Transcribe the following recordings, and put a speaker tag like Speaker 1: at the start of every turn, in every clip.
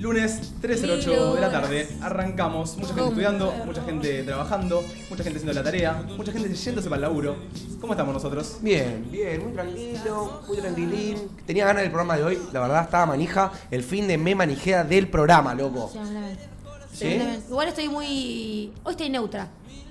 Speaker 1: Lunes 3 al 8 de la tarde arrancamos. Mucha gente estudiando, mucha gente trabajando, mucha gente haciendo la tarea, mucha gente yéndose para el laburo. ¿Cómo estamos nosotros?
Speaker 2: Bien, bien, muy tranquilo, muy tranquilín. Tenía ganas del programa de hoy, la verdad estaba manija. El fin de me manijea del programa, loco.
Speaker 3: Ya, una vez.
Speaker 2: ¿Sí?
Speaker 3: Una vez. Igual estoy muy. Hoy estoy neutra.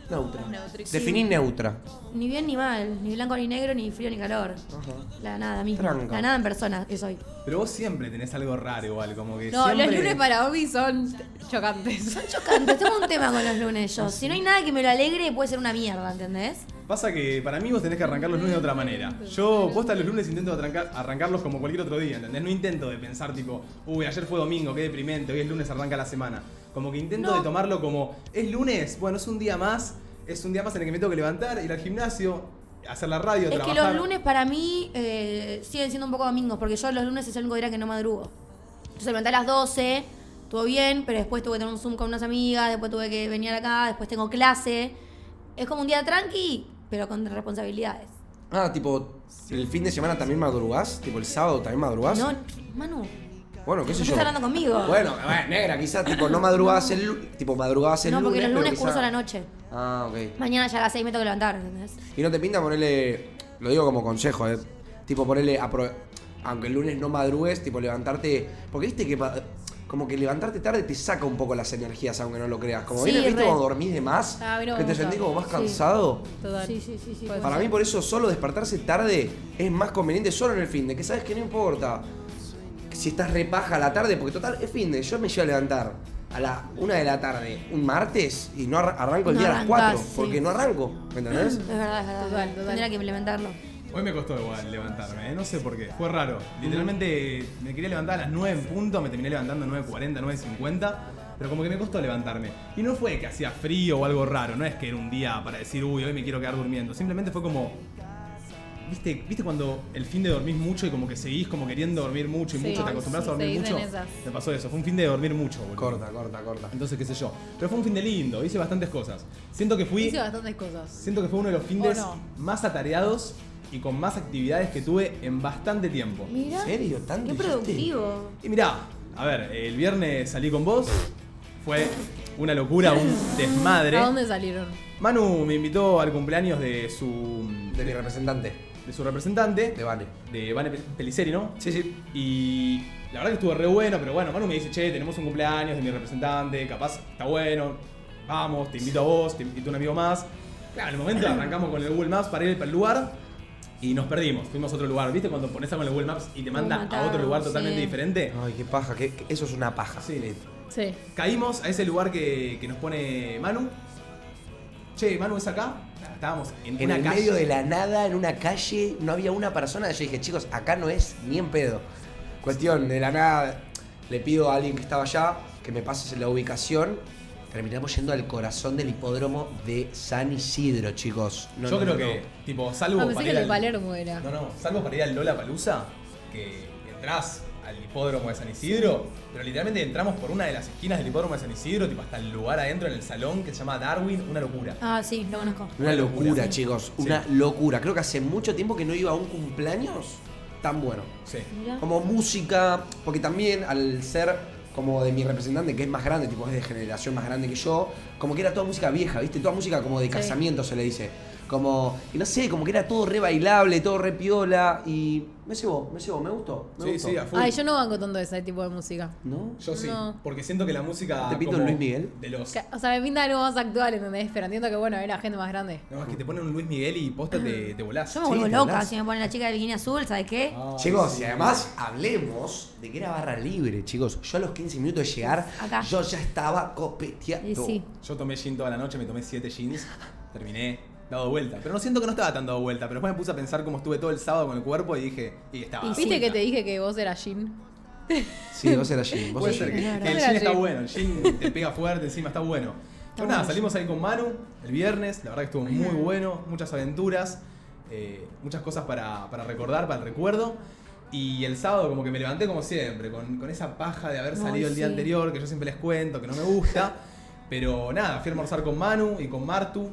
Speaker 2: Neutra.
Speaker 4: Neutrix.
Speaker 2: Definí neutra.
Speaker 3: Ni bien ni mal. Ni blanco ni negro, ni frío ni calor.
Speaker 2: Ajá.
Speaker 3: La nada misma.
Speaker 2: Tranca.
Speaker 3: La nada en persona es hoy.
Speaker 1: Pero vos siempre tenés algo raro igual, como que
Speaker 4: No,
Speaker 1: siempre...
Speaker 4: los lunes para Obi son chocantes.
Speaker 3: Son chocantes. Tengo un tema con los lunes yo. Si no hay nada que me lo alegre, puede ser una mierda, ¿entendés?
Speaker 1: Pasa que para mí vos tenés que arrancar los lunes de otra manera. Yo, posta los lunes intento arrancar, arrancarlos como cualquier otro día, ¿entendés? No intento de pensar tipo, uy, ayer fue domingo, qué deprimente, hoy es lunes, arranca la semana. Como que intento de tomarlo como, es lunes, bueno, es un día más, es un día más en el que me tengo que levantar, ir al gimnasio, hacer la radio,
Speaker 3: Es que
Speaker 1: trabajar.
Speaker 3: los lunes para mí eh, siguen siendo un poco domingos, porque yo los lunes es el único día que no madrugo. Entonces me levanté a las 12, estuvo bien, pero después tuve que tener un Zoom con unas amigas, después tuve que venir acá, después tengo clase. Es como un día tranqui, pero con responsabilidades.
Speaker 2: Ah, tipo, el fin de semana también madrugás, tipo el sábado también madrugás.
Speaker 3: No, Manu,
Speaker 2: bueno, qué sé
Speaker 3: estás
Speaker 2: yo.
Speaker 3: hablando conmigo.
Speaker 2: Bueno, a ver, negra, quizás tipo no madrugás el lu- tipo madrugás el
Speaker 3: no, porque los
Speaker 2: pero
Speaker 3: lunes curso
Speaker 2: quizá-
Speaker 3: a la noche.
Speaker 2: Ah, ok.
Speaker 3: Mañana ya a las 6 me tengo que levantar, ¿entendés?
Speaker 2: Y no te pinta ponerle, lo digo como consejo, eh. Tipo ponerle, apro- aunque el lunes no madrugues, tipo levantarte, porque viste que ma- como que levantarte tarde te saca un poco las energías, aunque no lo creas. Como
Speaker 3: Sí,
Speaker 2: viene, viste
Speaker 3: re.
Speaker 2: cuando dormís de más,
Speaker 4: Ah, a mí no
Speaker 2: que
Speaker 4: me
Speaker 2: te
Speaker 4: gusta.
Speaker 2: sentís como más
Speaker 3: Sí.
Speaker 2: cansado.
Speaker 4: Total.
Speaker 3: Sí, sí, sí, sí.
Speaker 4: Puede
Speaker 2: Para
Speaker 4: ser.
Speaker 2: mí por eso solo despertarse tarde es más conveniente solo en el fin de, que sabes que no importa si estás repaja a la tarde, porque total es fin de, yo me llevo a levantar a la una de la tarde un martes y no arra- arranco el
Speaker 3: No
Speaker 2: día a las
Speaker 3: arrancás,
Speaker 2: 4,
Speaker 3: sí.
Speaker 2: porque no arranco, ¿me entendés?
Speaker 3: Es verdad, es verdad.
Speaker 4: Total, total.
Speaker 3: Tendría que implementarlo.
Speaker 1: Hoy me costó igual levantarme, ¿eh? no sé por qué, fue raro. Literalmente me quería levantar a las 9 en punto, me terminé levantando 9.40, 9.50, pero como que me costó levantarme. Y no fue que hacía frío o algo raro, no es que era un día para decir, uy, hoy me quiero quedar durmiendo, simplemente fue como... ¿Viste, ¿Viste cuando el fin de dormís mucho y como que seguís como queriendo dormir mucho y
Speaker 4: Sí.
Speaker 1: mucho, te
Speaker 4: Ay,
Speaker 1: acostumbras
Speaker 4: sí,
Speaker 1: a dormir
Speaker 4: seguís en
Speaker 1: mucho?
Speaker 4: esas.
Speaker 1: Me pasó eso, fue un fin de dormir mucho, boludo.
Speaker 2: Corta, corta, corta.
Speaker 1: Entonces, qué sé yo. Pero fue un fin de lindo, hice bastantes cosas. Siento que fui...
Speaker 4: Hice bastantes cosas.
Speaker 1: Siento que fue uno de los fines
Speaker 4: ¿O no?
Speaker 1: más atareados y con más actividades que tuve en bastante tiempo.
Speaker 3: Mira.
Speaker 2: ¿En serio? ¿Tanto
Speaker 3: Qué
Speaker 2: hiciste?
Speaker 3: productivo.
Speaker 1: Y mirá, a ver, el viernes salí con vos, fue una locura, un desmadre.
Speaker 4: ¿A dónde salieron?
Speaker 1: Manu me invitó al cumpleaños de su,
Speaker 2: De mi representante,
Speaker 1: de su representante,
Speaker 2: de Vale.
Speaker 1: de Vane Pe- Peliceri, ¿no?
Speaker 2: Sí, sí.
Speaker 1: Y la verdad que estuvo re bueno, pero bueno, Manu me dice, che, tenemos un cumpleaños de mi representante, capaz está bueno, vamos, te invito a vos, te invito a un amigo más. Claro, en el momento arrancamos con el Google Maps para ir para el lugar y nos perdimos, fuimos a otro lugar. ¿Viste cuando pones algo en el Google Maps y te manda a
Speaker 3: mataron,
Speaker 1: otro lugar totalmente
Speaker 3: sí.
Speaker 1: diferente?
Speaker 2: Ay, qué paja, que, que- eso es una paja.
Speaker 1: Sí.
Speaker 4: Sí.
Speaker 1: Caímos a ese lugar que, que nos pone Manu. Che, Manu es acá. Estábamos en,
Speaker 2: En
Speaker 1: una
Speaker 2: el
Speaker 1: calle.
Speaker 2: medio de la nada, en una calle, no había una persona. Yo dije, chicos, acá no es ni en pedo. Cuestión, de la nada, le pido a alguien que estaba allá que me pase la ubicación. Terminamos yendo al corazón del hipódromo de San Isidro, chicos. No,
Speaker 1: Yo
Speaker 2: no,
Speaker 1: creo
Speaker 2: no,
Speaker 1: que,
Speaker 2: no.
Speaker 1: tipo, salvo
Speaker 4: Ah,
Speaker 1: para
Speaker 4: pensé que
Speaker 1: ir
Speaker 4: el de
Speaker 1: al-
Speaker 4: Palermo era.
Speaker 1: Uh, No, no, salvo para ir al Lola Palusa, que entras al hipódromo de San Isidro, pero literalmente entramos por una de las esquinas del hipódromo de San Isidro, tipo hasta el lugar adentro en el salón que se llama Darwin, una locura.
Speaker 3: Ah, sí, lo conozco.
Speaker 2: Una locura,
Speaker 1: Sí.
Speaker 2: chicos. Una locura. Creo que hace mucho tiempo que no iba a un cumpleaños tan bueno.
Speaker 1: Sí.
Speaker 3: Mirá.
Speaker 2: como música, porque también al ser como de mi representante que es más grande, tipo es de generación más grande que yo, como que era toda música vieja, ¿viste? Toda música como de casamiento se le dice. Como, y no sé, como que era todo re bailable, todo re piola y me cebó, me cebó, me gustó. Me
Speaker 1: Sí,
Speaker 2: gustó.
Speaker 1: sí, a full.
Speaker 4: Ay, yo no banco tanto ese tipo de música.
Speaker 2: ¿No?
Speaker 1: Yo sí,
Speaker 4: No.
Speaker 1: porque siento que la música.
Speaker 2: ¿Te pinta
Speaker 1: como
Speaker 2: un Luis Miguel?
Speaker 1: De los.
Speaker 4: Que- O sea, me pinta algo más actual, ¿entendés? Pero entiendo que, bueno, era gente más grande.
Speaker 1: No, es que te ponen un Luis Miguel y posta te, te volás.
Speaker 3: Yo me
Speaker 2: Sí,
Speaker 3: vuelvo
Speaker 2: te
Speaker 3: loca
Speaker 2: volás.
Speaker 3: si me pone la chica de bikini azul, ¿sabes qué?
Speaker 1: Ah,
Speaker 2: Chicos,
Speaker 1: sí.
Speaker 2: y además hablemos de que era barra libre, chicos. Yo a los 15 minutos de llegar,
Speaker 3: Acá.
Speaker 2: yo ya estaba copeteando.
Speaker 3: Y sí.
Speaker 1: Yo tomé gin toda la noche, me tomé 7 gins, terminé dado vuelta. Pero no siento que no estaba tan dado vuelta, pero después me puse a pensar cómo estuve todo el sábado con el cuerpo y dije, y estaba.
Speaker 3: Y
Speaker 4: ¿Viste
Speaker 3: sí.
Speaker 4: que te dije que vos eras Jin?
Speaker 2: Sí, vos eras Jim, vos
Speaker 1: Puede
Speaker 2: eras
Speaker 1: ser
Speaker 2: Jim.
Speaker 1: que,
Speaker 3: es
Speaker 1: que el
Speaker 4: verdad.
Speaker 1: gin
Speaker 4: Sí.
Speaker 1: está bueno, el gin te pega fuerte encima, está bueno. Pero nada, salimos ahí con Manu el viernes, la verdad que estuvo muy bueno, muchas aventuras, eh, muchas cosas para, para recordar, para el recuerdo. Y el sábado como que me levanté como siempre, con, con esa paja de haber
Speaker 3: Ay,
Speaker 1: salido el día
Speaker 3: sí.
Speaker 1: anterior, que yo siempre les cuento, que no me gusta. Pero nada, fui a almorzar con Manu y con Martu.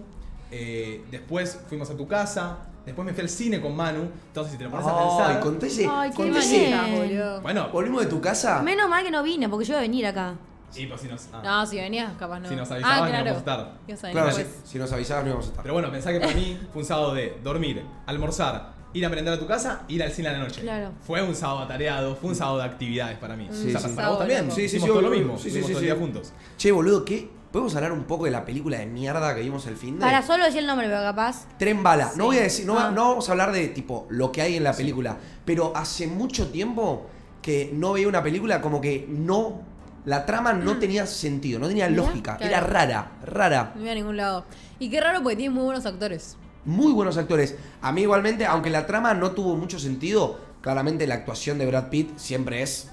Speaker 1: Eh, después fuimos a tu casa, Después me fui al cine con Manu. Entonces, si te lo pones
Speaker 2: Ay,
Speaker 1: a pensar.
Speaker 2: contá ese-
Speaker 4: Ay, qué
Speaker 2: contá ese-
Speaker 3: manera.
Speaker 4: manijas, boludo.
Speaker 1: Bueno,
Speaker 2: Volvimos de tu casa.
Speaker 3: Menos mal que no vine, porque yo iba a venir acá.
Speaker 1: sí, pues si nos. ah.
Speaker 4: No, si venías, capaz no.
Speaker 1: Si nos avisabas,
Speaker 4: ah, claro.
Speaker 1: íbamos a estar.
Speaker 4: Ibas a venir,
Speaker 2: Claro, si,
Speaker 4: pues.
Speaker 2: si nos avisabas no íbamos a estar.
Speaker 1: Pero bueno, pensá que para mí fue un sábado de dormir, almorzar, ir a merendar a tu casa, ir al cine a la noche.
Speaker 3: Claro.
Speaker 1: Fue un sábado atareado, fue un sábado de actividades para mí.
Speaker 2: Sí,
Speaker 1: o sea,
Speaker 2: sí.
Speaker 1: para vos también.
Speaker 4: Sábado,
Speaker 2: Sí, sí,
Speaker 1: Hicimos
Speaker 2: sí,
Speaker 1: todo lo
Speaker 2: obvio.
Speaker 1: mismo.
Speaker 2: Sí, sí,
Speaker 1: Estuvimos
Speaker 2: sí,
Speaker 1: todo el
Speaker 2: sí.
Speaker 1: día juntos.
Speaker 2: Che, boludo, ¿qué? ¿Podemos hablar un poco de la película de mierda que vimos el fin de?
Speaker 3: Para solo decir el nombre, pero capaz.
Speaker 2: Tren bala. No voy a decir, no, va-
Speaker 3: Ah.
Speaker 2: no vamos a hablar de tipo lo que hay en la película, pero hace mucho tiempo que no veía una película como que no la trama no tenía sentido, no tenía
Speaker 4: Mirá,
Speaker 2: lógica,
Speaker 4: claro.
Speaker 2: era rara, rara.
Speaker 4: No iba a ningún lado. Y qué raro porque tiene muy buenos actores.
Speaker 2: Muy buenos actores. A mí igualmente, aunque la trama no tuvo mucho sentido, claramente la actuación de Brad Pitt siempre es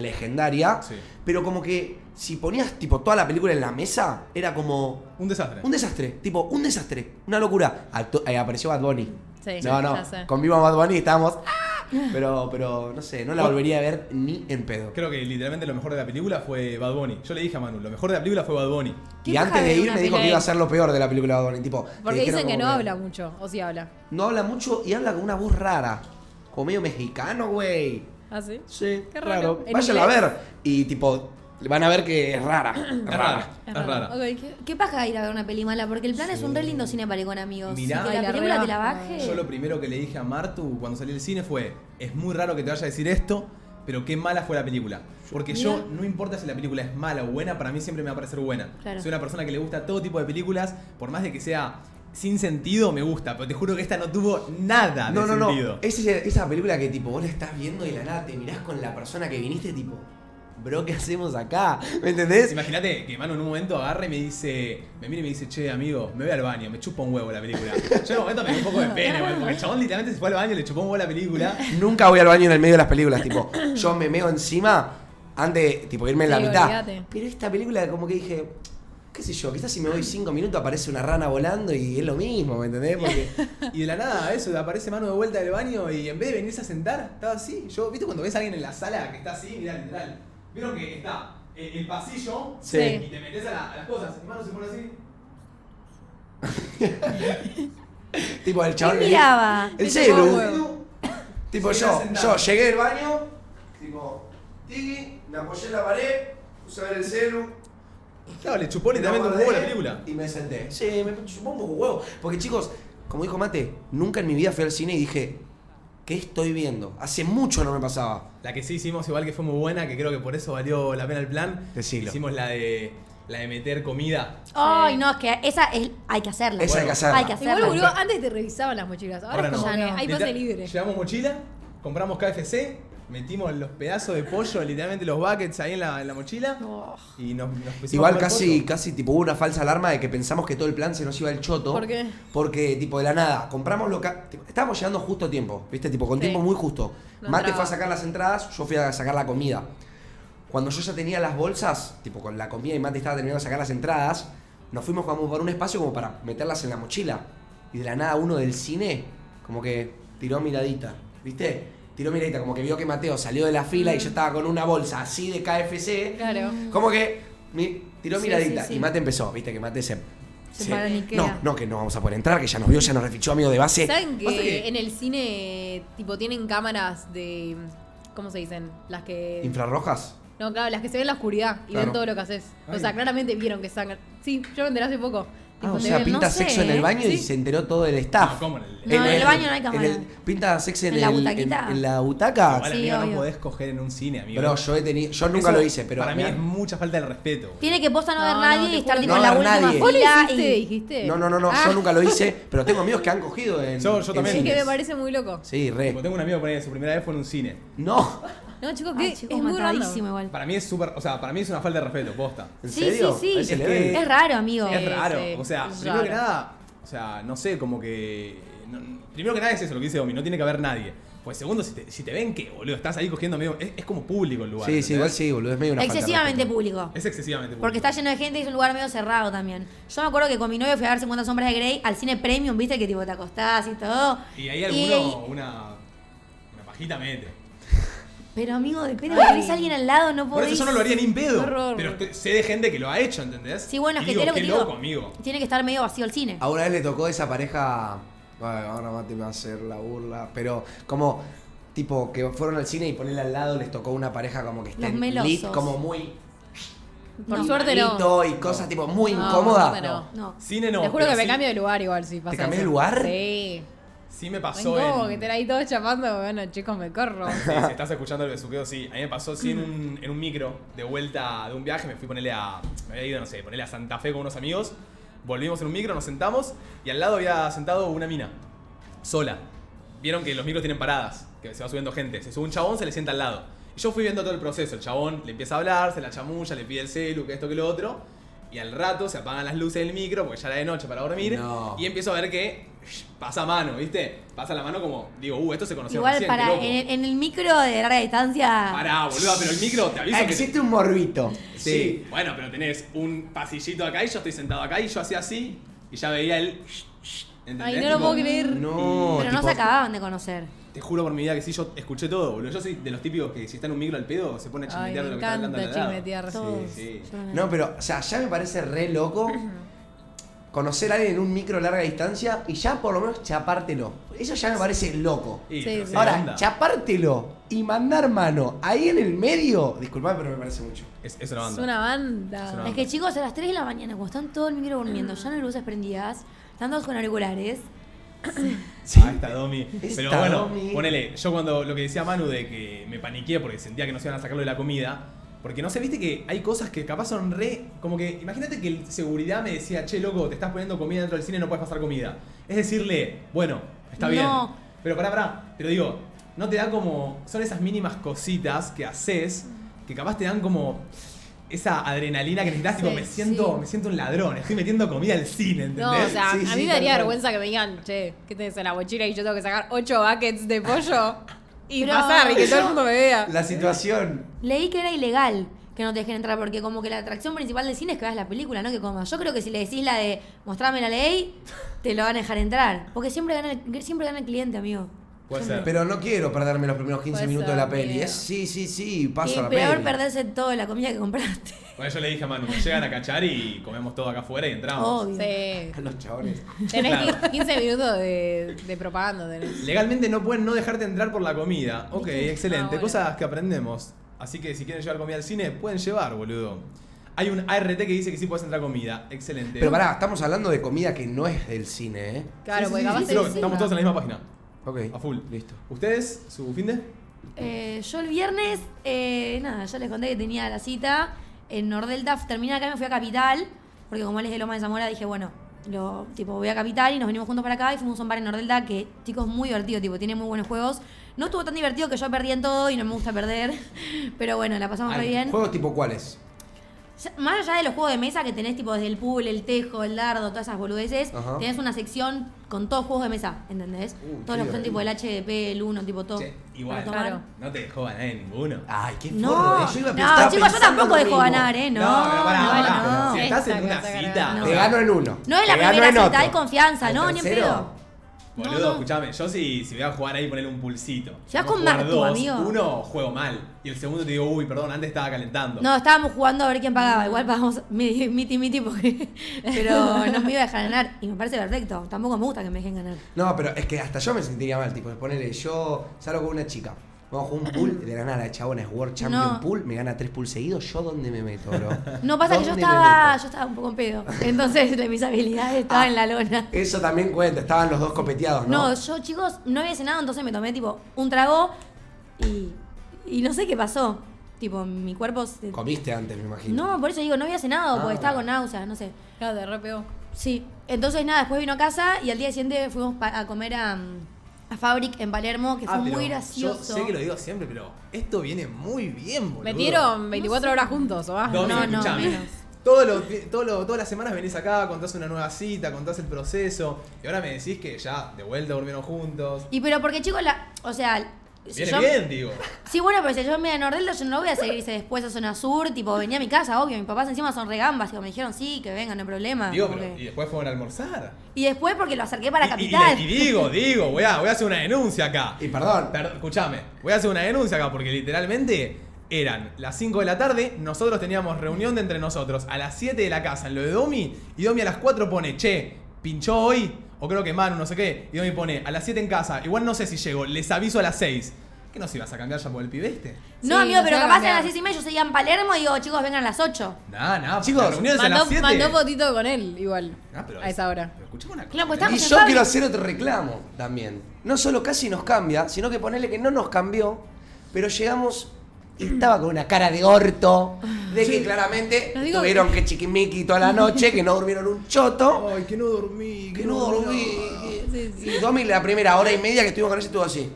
Speaker 2: legendaria,
Speaker 1: Sí.
Speaker 2: pero como que si ponías tipo toda la película en la mesa, era como
Speaker 1: Un desastre.
Speaker 2: un desastre, tipo, un desastre, una locura. Actu- eh, apareció Bad Bunny.
Speaker 4: Sí,
Speaker 2: no,
Speaker 4: sí,
Speaker 2: no,
Speaker 4: ya sé.
Speaker 2: con Viva Bad Bunny estábamos. "Ah", Pero, pero, no sé, no la volvería a ver ni en pedo.
Speaker 1: Creo que literalmente lo mejor de la película fue Bad Bunny. Yo le dije a Manu, lo mejor de la película fue Bad Bunny.
Speaker 3: ¿Qué
Speaker 2: Y
Speaker 3: paja
Speaker 2: antes de
Speaker 3: ver
Speaker 2: ir
Speaker 3: una
Speaker 2: me dijo
Speaker 4: peli
Speaker 2: que iba a
Speaker 4: ahí?
Speaker 2: ser lo peor de la película de Bad Bunny. Tipo, te
Speaker 4: Porque
Speaker 2: dijeron
Speaker 4: dicen que
Speaker 2: como
Speaker 4: no habla mucho, o sí habla.
Speaker 2: No habla mucho y habla con una voz rara. Como medio mexicano, güey.
Speaker 4: ¿Ah, sí?
Speaker 2: Sí,
Speaker 4: Qué raro. En
Speaker 2: Vayan a
Speaker 4: inglés.
Speaker 2: ver. Y tipo, van a ver que es rara.
Speaker 1: Es rara. Es rara.
Speaker 4: Ok, ¿qué?
Speaker 3: ¿Qué paja ir a ver una peli mala? Porque el plan es un re lindo cine para ir con amigos.
Speaker 1: Mirá.
Speaker 3: Y que
Speaker 4: Ay,
Speaker 3: la,
Speaker 4: la
Speaker 3: película te la
Speaker 4: rebaja.
Speaker 3: baje.
Speaker 1: Yo lo primero que le dije a Martu cuando salí del cine fue, es muy raro que te vaya a decir esto, pero qué mala fue la película. Porque yo, no importa si la película es mala o buena, para mí siempre me va a parecer buena.
Speaker 3: Claro.
Speaker 1: Soy una persona que le gusta todo tipo de películas, por más de que sea sin sentido, me gusta. Pero te juro que esta no tuvo nada
Speaker 4: Ah,
Speaker 1: de
Speaker 2: No, no,
Speaker 1: sentido.
Speaker 2: no. Es esa, esa película que tipo, vos la estás viendo y de la nada te mirás con la persona que viniste, tipo, bro, ¿qué hacemos acá? ¿Me entendés?
Speaker 1: Imagínate que Manu en un momento agarra y me dice, me mira y me dice, che, amigo, me voy al baño, me chupa un huevo la película. Yo en un momento me dio un poco de pena, güey, porque el chabón literalmente se fue al baño, le chupó un huevo la película.
Speaker 2: Nunca voy al baño en el medio de las películas, tipo, yo me meo encima antes de tipo, irme en la
Speaker 4: Sí,
Speaker 2: mitad.
Speaker 4: olvídate.
Speaker 2: Pero esta película como que dije, qué sé yo, quizás si me voy cinco minutos aparece una rana volando y es lo mismo, ¿me entendés? Porque...
Speaker 1: Y de la nada, eso, aparece Manu de vuelta del baño y en vez de venirse a sentar, estaba así. Yo, ¿viste cuando ves a alguien en la sala que está así? Mirá, literal. Vieron que está el, el pasillo
Speaker 2: Sí.
Speaker 1: y te metes a, la- a las cosas. Y Manu se pone así.
Speaker 2: Tipo, el chabón.
Speaker 3: ¿Qué miraba?
Speaker 2: El
Speaker 4: El
Speaker 2: celu.
Speaker 4: chabón.
Speaker 2: Tipo,
Speaker 1: Se
Speaker 2: yo,
Speaker 1: queda sentado.
Speaker 2: yo llegué del baño, tipo, tiki, me apoyé en la pared, puse a ver el celu.
Speaker 1: Claro, le chupó literalmente
Speaker 2: me
Speaker 1: un
Speaker 2: acordé
Speaker 1: huevo la película.
Speaker 2: Y me senté. Sí, me chupó un poco huevo. Porque, chicos, como dijo Mate, nunca en mi vida fui al cine y dije, ¿qué estoy viendo? Hace mucho no me pasaba.
Speaker 1: La que sí hicimos igual que fue muy buena, que creo que por eso valió la pena el plan.
Speaker 2: Decilo.
Speaker 1: Hicimos la de, la de meter comida.
Speaker 3: Ay, no, es que esa es, hay que hacerla.
Speaker 2: Esa hay que hacerla.
Speaker 3: Hay que hacerla.
Speaker 4: Igual, boludo, antes te revisaban las mochilas. Ahora,
Speaker 1: Ahora
Speaker 4: es como
Speaker 1: no.
Speaker 4: que
Speaker 3: Ya no.
Speaker 4: hay
Speaker 1: Literal-
Speaker 4: pase libre.
Speaker 1: Llevamos mochila, compramos KFC, metimos los pedazos de pollo, literalmente los buckets ahí en la, en la mochila. Y nos, nos empezamos a
Speaker 2: Igual
Speaker 1: comer
Speaker 2: casi,
Speaker 1: pollo.
Speaker 2: casi tipo hubo una falsa alarma de que pensamos que todo el plan se nos iba el choto.
Speaker 4: ¿Por qué?
Speaker 2: Porque tipo de la nada, compramos lo ca- tipo, Estábamos llegando justo a tiempo, ¿viste? Tipo con
Speaker 4: Sí.
Speaker 2: tiempo muy justo.
Speaker 4: No
Speaker 2: Mate
Speaker 4: entraba.
Speaker 2: fue a sacar las entradas, yo fui a sacar la comida. Cuando yo ya tenía las bolsas, tipo con la comida y Mate estaba terminando de sacar las entradas, nos fuimos como por un espacio como para meterlas en la mochila. Y de la nada uno del cine como que tiró miradita, ¿viste? Tiró miradita, como que vio que Mateo salió de la fila y
Speaker 4: Mm.
Speaker 2: yo estaba con una bolsa así de KFC.
Speaker 4: Claro.
Speaker 2: Como que mi- tiró
Speaker 3: Sí,
Speaker 2: miradita
Speaker 3: sí, sí.
Speaker 2: y Mate empezó, viste que Mate se...
Speaker 3: Se paraniquea.
Speaker 2: No, no, que no vamos a poder entrar, que ya nos vio, ya nos refichó amigo de base.
Speaker 4: ¿Saben Eh, que,
Speaker 1: Pasa que-
Speaker 4: en el cine, tipo, tienen cámaras de. ¿Cómo se dicen? Las que.
Speaker 2: ¿Infrarrojas?
Speaker 4: No, claro, las que se ven en la oscuridad y
Speaker 2: Claro.
Speaker 4: ven todo lo que haces. O
Speaker 1: Ay.
Speaker 4: sea, claramente vieron que sangran. Sí, yo me enteré hace poco.
Speaker 2: Ah,
Speaker 4: Tipo,
Speaker 2: o
Speaker 4: te
Speaker 2: sea,
Speaker 4: ven-
Speaker 2: pinta
Speaker 3: no sé,
Speaker 2: sexo en el
Speaker 3: ¿eh?
Speaker 2: baño y
Speaker 4: Sí.
Speaker 2: se enteró todo el staff.
Speaker 1: No, ¿cómo? En el-
Speaker 3: No, en el baño no hay
Speaker 2: en
Speaker 3: cámara.
Speaker 2: el- pinta sexo en,
Speaker 3: ¿En la
Speaker 2: el-
Speaker 3: butaquita?
Speaker 2: en- en la butaca.
Speaker 1: Igual,
Speaker 3: Sí,
Speaker 1: amigo, no
Speaker 3: obvio.
Speaker 1: podés coger en un cine, amigo.
Speaker 2: Bro, Ah, yo he tenido, yo nunca
Speaker 1: Eso
Speaker 2: lo hice, pero
Speaker 1: Para mí
Speaker 2: mirá.
Speaker 1: es mucha falta de respeto. boludo.
Speaker 3: Tiene que posta no ver
Speaker 4: No, no,
Speaker 3: nadie
Speaker 4: te
Speaker 3: y estar
Speaker 4: juro
Speaker 3: tipo
Speaker 2: que
Speaker 3: en
Speaker 2: no.
Speaker 3: la
Speaker 2: No ver
Speaker 3: última
Speaker 2: nadie.
Speaker 4: Ah, Vos lo
Speaker 3: fila
Speaker 4: hiciste,
Speaker 3: y-
Speaker 4: dijiste.
Speaker 2: No, no, no, no,
Speaker 3: Ah.
Speaker 2: yo nunca lo hice, pero tengo amigos que han cogido en
Speaker 1: Yo- yo
Speaker 2: en
Speaker 1: también.
Speaker 4: Es que
Speaker 2: cines.
Speaker 4: me parece muy loco.
Speaker 2: Sí,
Speaker 1: Tipo,
Speaker 2: re.
Speaker 1: tengo un amigo que ponele, su primera vez fue en un cine.
Speaker 2: No.
Speaker 4: No, chicos, que
Speaker 3: Ay, chicos,
Speaker 4: es muy
Speaker 3: matadísimo
Speaker 4: random.
Speaker 3: igual.
Speaker 1: Para mí es súper. O sea, para mí es una falta de respeto, posta.
Speaker 2: ¿En
Speaker 3: Sí,
Speaker 2: serio?
Speaker 3: sí, sí.
Speaker 2: Ahí se
Speaker 1: Es
Speaker 2: le
Speaker 1: que-
Speaker 2: ve.
Speaker 3: Es raro, amigo.
Speaker 1: es raro.
Speaker 4: sí,
Speaker 1: o sea,
Speaker 4: es
Speaker 1: primero que
Speaker 4: raro.
Speaker 1: nada. O sea, no sé, como que. no- primero que nada es eso lo que dice Domi, no tiene que haber nadie. Pues segundo, si te, si te ven que, boludo, estás ahí cogiendo medio. Es, es como público el lugar.
Speaker 2: Sí, sí,
Speaker 1: ¿entendés?
Speaker 2: igual sí, boludo, es medio una falta de
Speaker 3: Excesivamente
Speaker 2: respeto.
Speaker 3: público.
Speaker 1: Es excesivamente público.
Speaker 3: Porque está lleno de gente y es un lugar medio cerrado también. Yo me acuerdo que con mi novio fui a ver 50 sombras de Grey al cine premium, viste, que tipo te acostás y todo.
Speaker 1: Y ahí alguno, una. Una pajita mete.
Speaker 3: Pero amigo, depende de que tenés a alguien al lado, no
Speaker 1: Por
Speaker 3: podés.
Speaker 1: eso yo no lo haría ni en pedo.
Speaker 4: Qué horror.
Speaker 1: Pero estoy- sé de gente que lo ha hecho, ¿entendés?
Speaker 3: Sí, bueno, es
Speaker 1: Y
Speaker 3: que
Speaker 1: digo,
Speaker 3: te lo que
Speaker 1: qué
Speaker 3: te digo,
Speaker 1: loco, amigo. Ah,
Speaker 3: Tiene que estar medio vacío el cine.
Speaker 2: A una vez le tocó esa pareja "Ay, ahora Mati me va a hacer la burla. Pero como, tipo, que fueron al cine y ponerle al lado les tocó una pareja como que
Speaker 3: Los
Speaker 2: estén
Speaker 3: melosos.
Speaker 2: lit, como muy.
Speaker 4: Por
Speaker 3: No.
Speaker 4: suerte no.
Speaker 2: malito Y cosas tipo muy
Speaker 4: No,
Speaker 2: incómodas.
Speaker 4: Ah, bueno, no.
Speaker 3: No.
Speaker 1: Cine no.
Speaker 4: Te juro
Speaker 1: pero
Speaker 4: que me
Speaker 1: sí-
Speaker 4: cambio de lugar igual si pasa
Speaker 2: cambias de
Speaker 4: eso.
Speaker 2: lugar?
Speaker 4: Sí.
Speaker 1: Sí me
Speaker 4: Ay,
Speaker 1: pasó
Speaker 4: no, que
Speaker 1: en...
Speaker 4: te la ahí todo chapando, bueno, chicos, me corro.
Speaker 1: Sí, si estás escuchando el besuqueo, sí. A mí me pasó sí en un, en un micro de vuelta de un viaje. Me fui ponerle a. Me había ido, no sé, ponerle a Santa Fe con unos amigos. Volvimos en un micro, nos sentamos y al lado había sentado una mina. Sola. Vieron que los micros tienen paradas, que se va subiendo gente. Se sube un chabón, se le sienta al lado. Y yo fui viendo todo el proceso. El chabón le empieza a hablar, se la chamulla, le pide el celu, que esto, que lo otro. Y al rato se apagan las luces del micro, porque ya era de noche para dormir.
Speaker 2: No.
Speaker 1: Y empiezo a ver que sh, pasa mano, ¿viste? Pasa la mano como, digo, uh, esto se conoció
Speaker 3: Igual
Speaker 1: recién, qué
Speaker 3: para
Speaker 1: loco".
Speaker 3: en, en el micro de larga distancia.
Speaker 1: Pará, boluda, pero el micro te aviso
Speaker 2: Ah,
Speaker 1: que.
Speaker 2: Existe un morbito.
Speaker 1: Sí. Bueno, pero tenés un pasillito acá y yo estoy sentado acá y yo hacía así y ya veía el. ¿entendés?
Speaker 4: Ay, no lo
Speaker 1: Tipo,
Speaker 4: puedo creer.
Speaker 2: No,
Speaker 3: pero no
Speaker 2: tipo-
Speaker 3: se acababan de conocer.
Speaker 1: Te juro por mi vida que sí, yo escuché todo, boludo. Yo soy de los típicos que si está en un micro al pedo se pone a
Speaker 4: Ay,
Speaker 1: chismetear
Speaker 4: me
Speaker 1: de lo que está hablando al
Speaker 4: encanta
Speaker 1: lado.
Speaker 4: chismetear.
Speaker 3: Todos.
Speaker 1: sí.
Speaker 3: Yo no-
Speaker 2: No, pero, o sea, ya me parece re loco conocer a alguien en un micro larga distancia y ya por lo menos chapártelo. Eso ya me parece loco.
Speaker 1: Y,
Speaker 4: Sí,
Speaker 1: pero
Speaker 4: sí.
Speaker 1: se
Speaker 2: Ahora,
Speaker 1: manda.
Speaker 2: chapártelo y mandar mano ahí en el medio. Disculpame, pero me parece mucho.
Speaker 1: Es, es una
Speaker 4: Es
Speaker 1: banda.
Speaker 4: una banda.
Speaker 1: Es una
Speaker 3: Es que chicos, a las 3 de la mañana, cuando están todo el micro durmiendo, ya no hay luces prendidas, están todos con auriculares.
Speaker 1: Ah, está Domi.
Speaker 2: Esta
Speaker 1: Pero bueno,
Speaker 2: Domi.
Speaker 1: ponele, yo cuando lo que decía Manu de que me paniqué porque sentía que no se iban a sacarlo de la comida, porque no sé, viste que hay cosas que capaz son re. Como que, imagínate que el seguridad me decía, che, loco, te estás poniendo comida dentro del cine, no puedes pasar comida. Es decirle, bueno, está bien.
Speaker 3: No.
Speaker 1: Pero pará, pará, te lo digo, no te da como. Son esas mínimas cositas que haces que capaz te dan como. Esa adrenalina que necesitas, tipo,
Speaker 4: Sí,
Speaker 1: me siento,
Speaker 4: sí.
Speaker 1: me siento un ladrón, estoy metiendo comida al cine, ¿entendés?
Speaker 4: No, o sea,
Speaker 2: Sí,
Speaker 4: a
Speaker 2: sí,
Speaker 4: mí
Speaker 2: tal
Speaker 4: me daría
Speaker 2: cual.
Speaker 4: vergüenza que me digan, che, ¿qué tenés en la mochila? Y yo tengo que sacar ocho buckets de pollo y
Speaker 3: Pero-
Speaker 4: pasar y que todo el mundo me
Speaker 3: Ah,
Speaker 4: vea.
Speaker 2: La situación.
Speaker 3: Leí que era ilegal que no te dejen entrar, porque como que la atracción principal del cine es que veas la película, no que comas. Yo creo que si le decís la de mostrame la ley, te lo van a dejar entrar. Porque siempre gana el, siempre gana el cliente, amigo.
Speaker 1: Puede ser.
Speaker 2: Pero no quiero perderme los primeros 15
Speaker 4: Puede
Speaker 2: minutos
Speaker 4: ser,
Speaker 2: de la peli.
Speaker 4: miedo.
Speaker 2: Es, sí, sí, sí,
Speaker 3: Y
Speaker 2: paso a la
Speaker 3: peor
Speaker 2: peli.
Speaker 3: perderse toda la comida que compraste.
Speaker 1: Bueno, yo le dije a Manu, nos llegan a cachar y comemos todo acá afuera y entramos.
Speaker 4: Oh,
Speaker 3: Obvio.
Speaker 4: Sí.
Speaker 2: Los chabones.
Speaker 4: Tenés
Speaker 1: Claro.
Speaker 4: 15 minutos de, de propaganda. tenés.
Speaker 1: Legalmente no pueden no dejarte entrar por la comida. Ok, excelente.
Speaker 4: Ah, bueno.
Speaker 1: Cosas que aprendemos. Así que si quieren llevar comida al cine, pueden llevar, boludo. Hay un ART que dice que sí puedes entrar comida. Excelente.
Speaker 2: Pero pará, estamos hablando de comida que no es del cine, ¿eh?
Speaker 4: Claro,
Speaker 1: Sí, sí,
Speaker 4: porque
Speaker 1: sí,
Speaker 4: capaz
Speaker 1: sí,
Speaker 4: te
Speaker 1: creo que
Speaker 4: dicen,
Speaker 1: Estamos todos en la misma página.
Speaker 2: Ok.
Speaker 1: A full.
Speaker 2: Listo.
Speaker 1: ¿Ustedes? ¿Su fin de?
Speaker 3: Eh, yo el viernes, eh, nada, ya les conté que tenía la cita en Nordelta. Terminé acá y me fui a Capital, porque como él es de Loma de Zamora, dije, bueno, lo, tipo, voy a Capital y nos venimos juntos para acá y fuimos a un bar en Nordelta que, chicos, es muy divertido, tipo, tiene muy buenos juegos. No estuvo tan divertido que yo perdí en todo y no me gusta perder, pero bueno, la pasamos re
Speaker 1: Ay,
Speaker 3: bien.
Speaker 2: ¿Juegos tipo cuáles?
Speaker 3: Ya- Más allá de los juegos de mesa que tenés, tipo desde el pool, el tejo, el dardo, todas esas boludeces,
Speaker 2: Ajá.
Speaker 3: tenés una sección con todos juegos de mesa, ¿entendés?
Speaker 2: Uh,
Speaker 3: todos los que
Speaker 2: qué
Speaker 3: son tipo el HDP, el 1, tipo todo.
Speaker 1: Che, igual.
Speaker 3: para tomar.
Speaker 4: Claro.
Speaker 1: No te dejó ganar ninguno.
Speaker 4: Ah,
Speaker 2: Ay, qué
Speaker 3: No,
Speaker 2: forro, ¿eh? Yo iba a
Speaker 3: no,
Speaker 2: pensar- estaba
Speaker 3: chicos, yo
Speaker 2: pensando
Speaker 3: tampoco
Speaker 2: lo
Speaker 3: dejo
Speaker 2: mismo.
Speaker 3: ganar, ¿eh? No,
Speaker 1: pero pará,
Speaker 3: no,
Speaker 1: pará.
Speaker 3: no.
Speaker 1: Si estás en
Speaker 4: Esta
Speaker 1: una
Speaker 4: cosa
Speaker 1: cita.
Speaker 4: ganada.
Speaker 1: o
Speaker 2: Te
Speaker 1: sea,
Speaker 2: gano en uno.
Speaker 3: No es la
Speaker 2: Te gano
Speaker 3: primera
Speaker 2: en
Speaker 3: cita,
Speaker 2: otro.
Speaker 3: hay confianza,
Speaker 2: Al
Speaker 3: no, ni en
Speaker 2: tercero.
Speaker 3: pedo.
Speaker 1: Boludo,
Speaker 3: No, no.
Speaker 1: escuchame, yo si, si voy a jugar ahí, ponerle un pulsito. Vamos
Speaker 3: Ya
Speaker 1: a
Speaker 3: con
Speaker 1: jugar
Speaker 3: Martu, amigo.
Speaker 1: Uno, juego mal. Y el segundo te digo, uy, perdón, antes estaba calentando.
Speaker 3: No, estábamos jugando a ver quién pagaba. Igual pagamos miti miti, miti porque. Pero no me iba a dejar ganar. Y me parece perfecto. Tampoco me gusta que me dejen ganar.
Speaker 2: No, pero es que hasta yo me sentiría mal, tipo, ponele, yo salgo con una chica, vamos a jugar un pool, le gana a la chabona, es World Champion
Speaker 3: No.
Speaker 2: Pool, me gana tres pools seguidos, ¿yo dónde me meto, bro?
Speaker 3: No pasa que yo
Speaker 2: ¿Dónde me
Speaker 3: estaba.
Speaker 2: meto?
Speaker 3: Yo estaba un poco en pedo. Entonces de mis habilidades estaba
Speaker 2: Ah.
Speaker 3: en la lona.
Speaker 2: Eso también cuenta, estaban los dos copeteados, ¿no?
Speaker 3: No, yo, chicos, no había cenado, entonces me tomé tipo un trago y. Y no sé qué pasó. Tipo, mi cuerpo. se-
Speaker 2: Comiste antes, me imagino.
Speaker 3: No, por eso digo, no había cenado,
Speaker 2: Ah.
Speaker 3: porque estaba con náuseas, no sé.
Speaker 4: Claro, te repeo.
Speaker 3: Sí, entonces nada, después vino a casa y al día siguiente fuimos pa- a comer a, mm, a Fabric en Palermo, que fue
Speaker 1: Ah, pero
Speaker 3: muy gracioso.
Speaker 1: Yo sé que lo digo siempre, pero esto viene muy bien, boludo.
Speaker 4: Metieron 24 horas juntos o más.
Speaker 1: Domi,
Speaker 3: Ah, No, no,
Speaker 1: escuchame.
Speaker 3: menos.
Speaker 1: Todos los fi- todos los- todas las semanas venís acá, contás una nueva cita, contás el proceso. Y ahora me decís que ya de vuelta durmieron juntos.
Speaker 3: Y pero porque chicos, la, o sea... si
Speaker 1: Viene
Speaker 3: yo-
Speaker 1: bien, digo.
Speaker 3: Sí, bueno, pero si yo me voy a Nordelta, yo no voy a seguirse después a Zona Sur, tipo, venía a mi casa, obvio, mis papás encima son regambas, tipo, me dijeron, sí, que vengan, no hay problema.
Speaker 1: Digo,
Speaker 3: porque-
Speaker 1: pero, y después fueron a almorzar.
Speaker 3: y... después porque lo acerqué Ah, para
Speaker 1: Y- y- y
Speaker 3: Capital.
Speaker 1: le- Y, digo, digo, voy a, voy a hacer una denuncia acá.
Speaker 2: Y perdón,
Speaker 1: Perdón, escúchame, voy a hacer una denuncia acá porque literalmente eran las 5 de la tarde, nosotros teníamos reunión de entre nosotros a las 7 de la casa en lo de Domi y Domi a las 4 pone, che, pinchó hoy, o creo que Manu, no sé qué, y me pone a las 7 en casa, igual no sé si llego, les aviso a las 6. ¿Qué no se ibas a cambiar ya por el pibe este?
Speaker 3: No,
Speaker 4: Sí,
Speaker 3: amigo,
Speaker 4: no
Speaker 3: pero
Speaker 4: se va a
Speaker 3: capaz a
Speaker 4: cambiar.
Speaker 3: las 10 y media yo seguía en Palermo y digo, chicos, vengan a las 8.
Speaker 1: Nah, nah,
Speaker 2: Chicos,
Speaker 1: las reuniones a
Speaker 4: Mandó,
Speaker 1: las 7.
Speaker 4: mandó fotito con él, igual.
Speaker 1: Ah, pero
Speaker 4: a esa hora.
Speaker 1: pero escuchame una cosa. ¿eh?
Speaker 3: Claro, pues
Speaker 1: ¿entendés?
Speaker 2: Y
Speaker 3: en
Speaker 2: yo
Speaker 3: Fabi.
Speaker 2: quiero hacer otro reclamo también. No solo casi nos cambia, sino que ponerle que no nos cambió, pero llegamos y estaba con una cara de orto, de que claramente
Speaker 4: Nos digo
Speaker 2: tuvieron que... chiquimiqui toda la noche, que no durmieron un choto,
Speaker 1: Ay, que no dormí,
Speaker 2: que no dormí. que-
Speaker 4: Sí, sí.
Speaker 2: Y Domi la primera hora y media que estuvimos con ella estuvo así.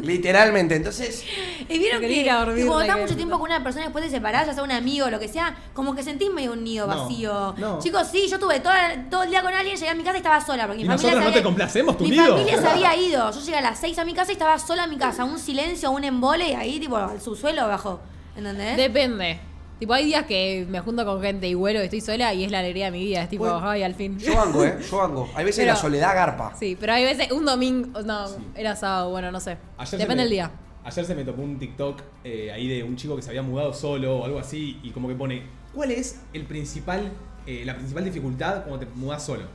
Speaker 2: Literalmente, entonces...
Speaker 3: Y vieron
Speaker 4: No
Speaker 3: que,
Speaker 4: quería ir
Speaker 3: que
Speaker 4: a dormir,
Speaker 3: cuando
Speaker 4: la
Speaker 3: estás
Speaker 4: que-
Speaker 3: mucho tiempo con una persona después de separada, ya sea un amigo o lo que sea, como que sentís medio un nido
Speaker 1: No,
Speaker 3: vacío.
Speaker 1: no.
Speaker 3: Chicos, sí, yo estuve todo, todo el día con alguien, llegué a mi casa y estaba sola. Porque mi
Speaker 1: ¿Y
Speaker 3: familia
Speaker 1: nosotros
Speaker 3: se
Speaker 1: no
Speaker 3: había-
Speaker 1: te complacemos tu
Speaker 3: Mi
Speaker 1: nido?
Speaker 3: familia se había ido. Yo llegué a las 6 a mi casa y estaba sola en mi casa. Un silencio, un embole y ahí, tipo, al subsuelo bajó.
Speaker 2: ¿Eh?
Speaker 3: ¿Entendés?
Speaker 4: Depende. Tipo, hay días que me junto con gente y vuelo y estoy sola y es la alegría de mi vida. Es tipo,
Speaker 2: Bueno,
Speaker 4: ay, al fin.
Speaker 2: Yo banco, ¿eh? Yo banco. Hay veces
Speaker 4: Pero-
Speaker 2: la soledad garpa.
Speaker 4: Sí, pero hay veces, un domingo, no, era sábado, bueno, no sé.
Speaker 1: Ayer se
Speaker 4: Depende
Speaker 1: me-
Speaker 4: del día.
Speaker 1: Ayer se me topó un TikTok eh, ahí de un chico que se había mudado solo o algo así y como que pone, ¿cuál es el principal, eh, la principal dificultad cuando te mudas solo?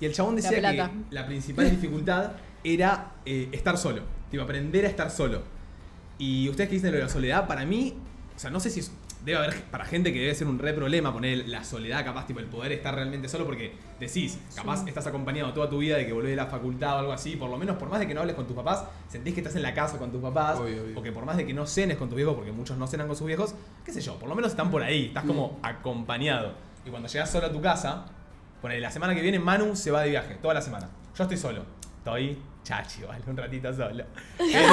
Speaker 1: Y el chabón decía
Speaker 4: plata.
Speaker 1: que la principal dificultad era eh, estar solo, tipo aprender a estar solo. Y ustedes que dicen de lo de la soledad, para mí, o sea, no sé si es- debe haber para gente que debe ser un re problema poner la soledad, capaz, tipo el poder estar realmente solo, porque decís, capaz estás acompañado toda tu vida de que volvés de la facultad o algo así, por lo menos por más de que no hables con tus papás, sentís que estás en la casa con tus papás,
Speaker 2: Obvio, obvio.
Speaker 1: o que por más de que no cenes con tus viejos, porque muchos no cenan con sus viejos, qué sé yo, por lo menos están por ahí, estás como acompañado. Y cuando llegas solo a tu casa, ponele, la semana que viene Manu se va de viaje, toda la semana. Yo estoy solo, estoy chachi, vale, un ratito solo.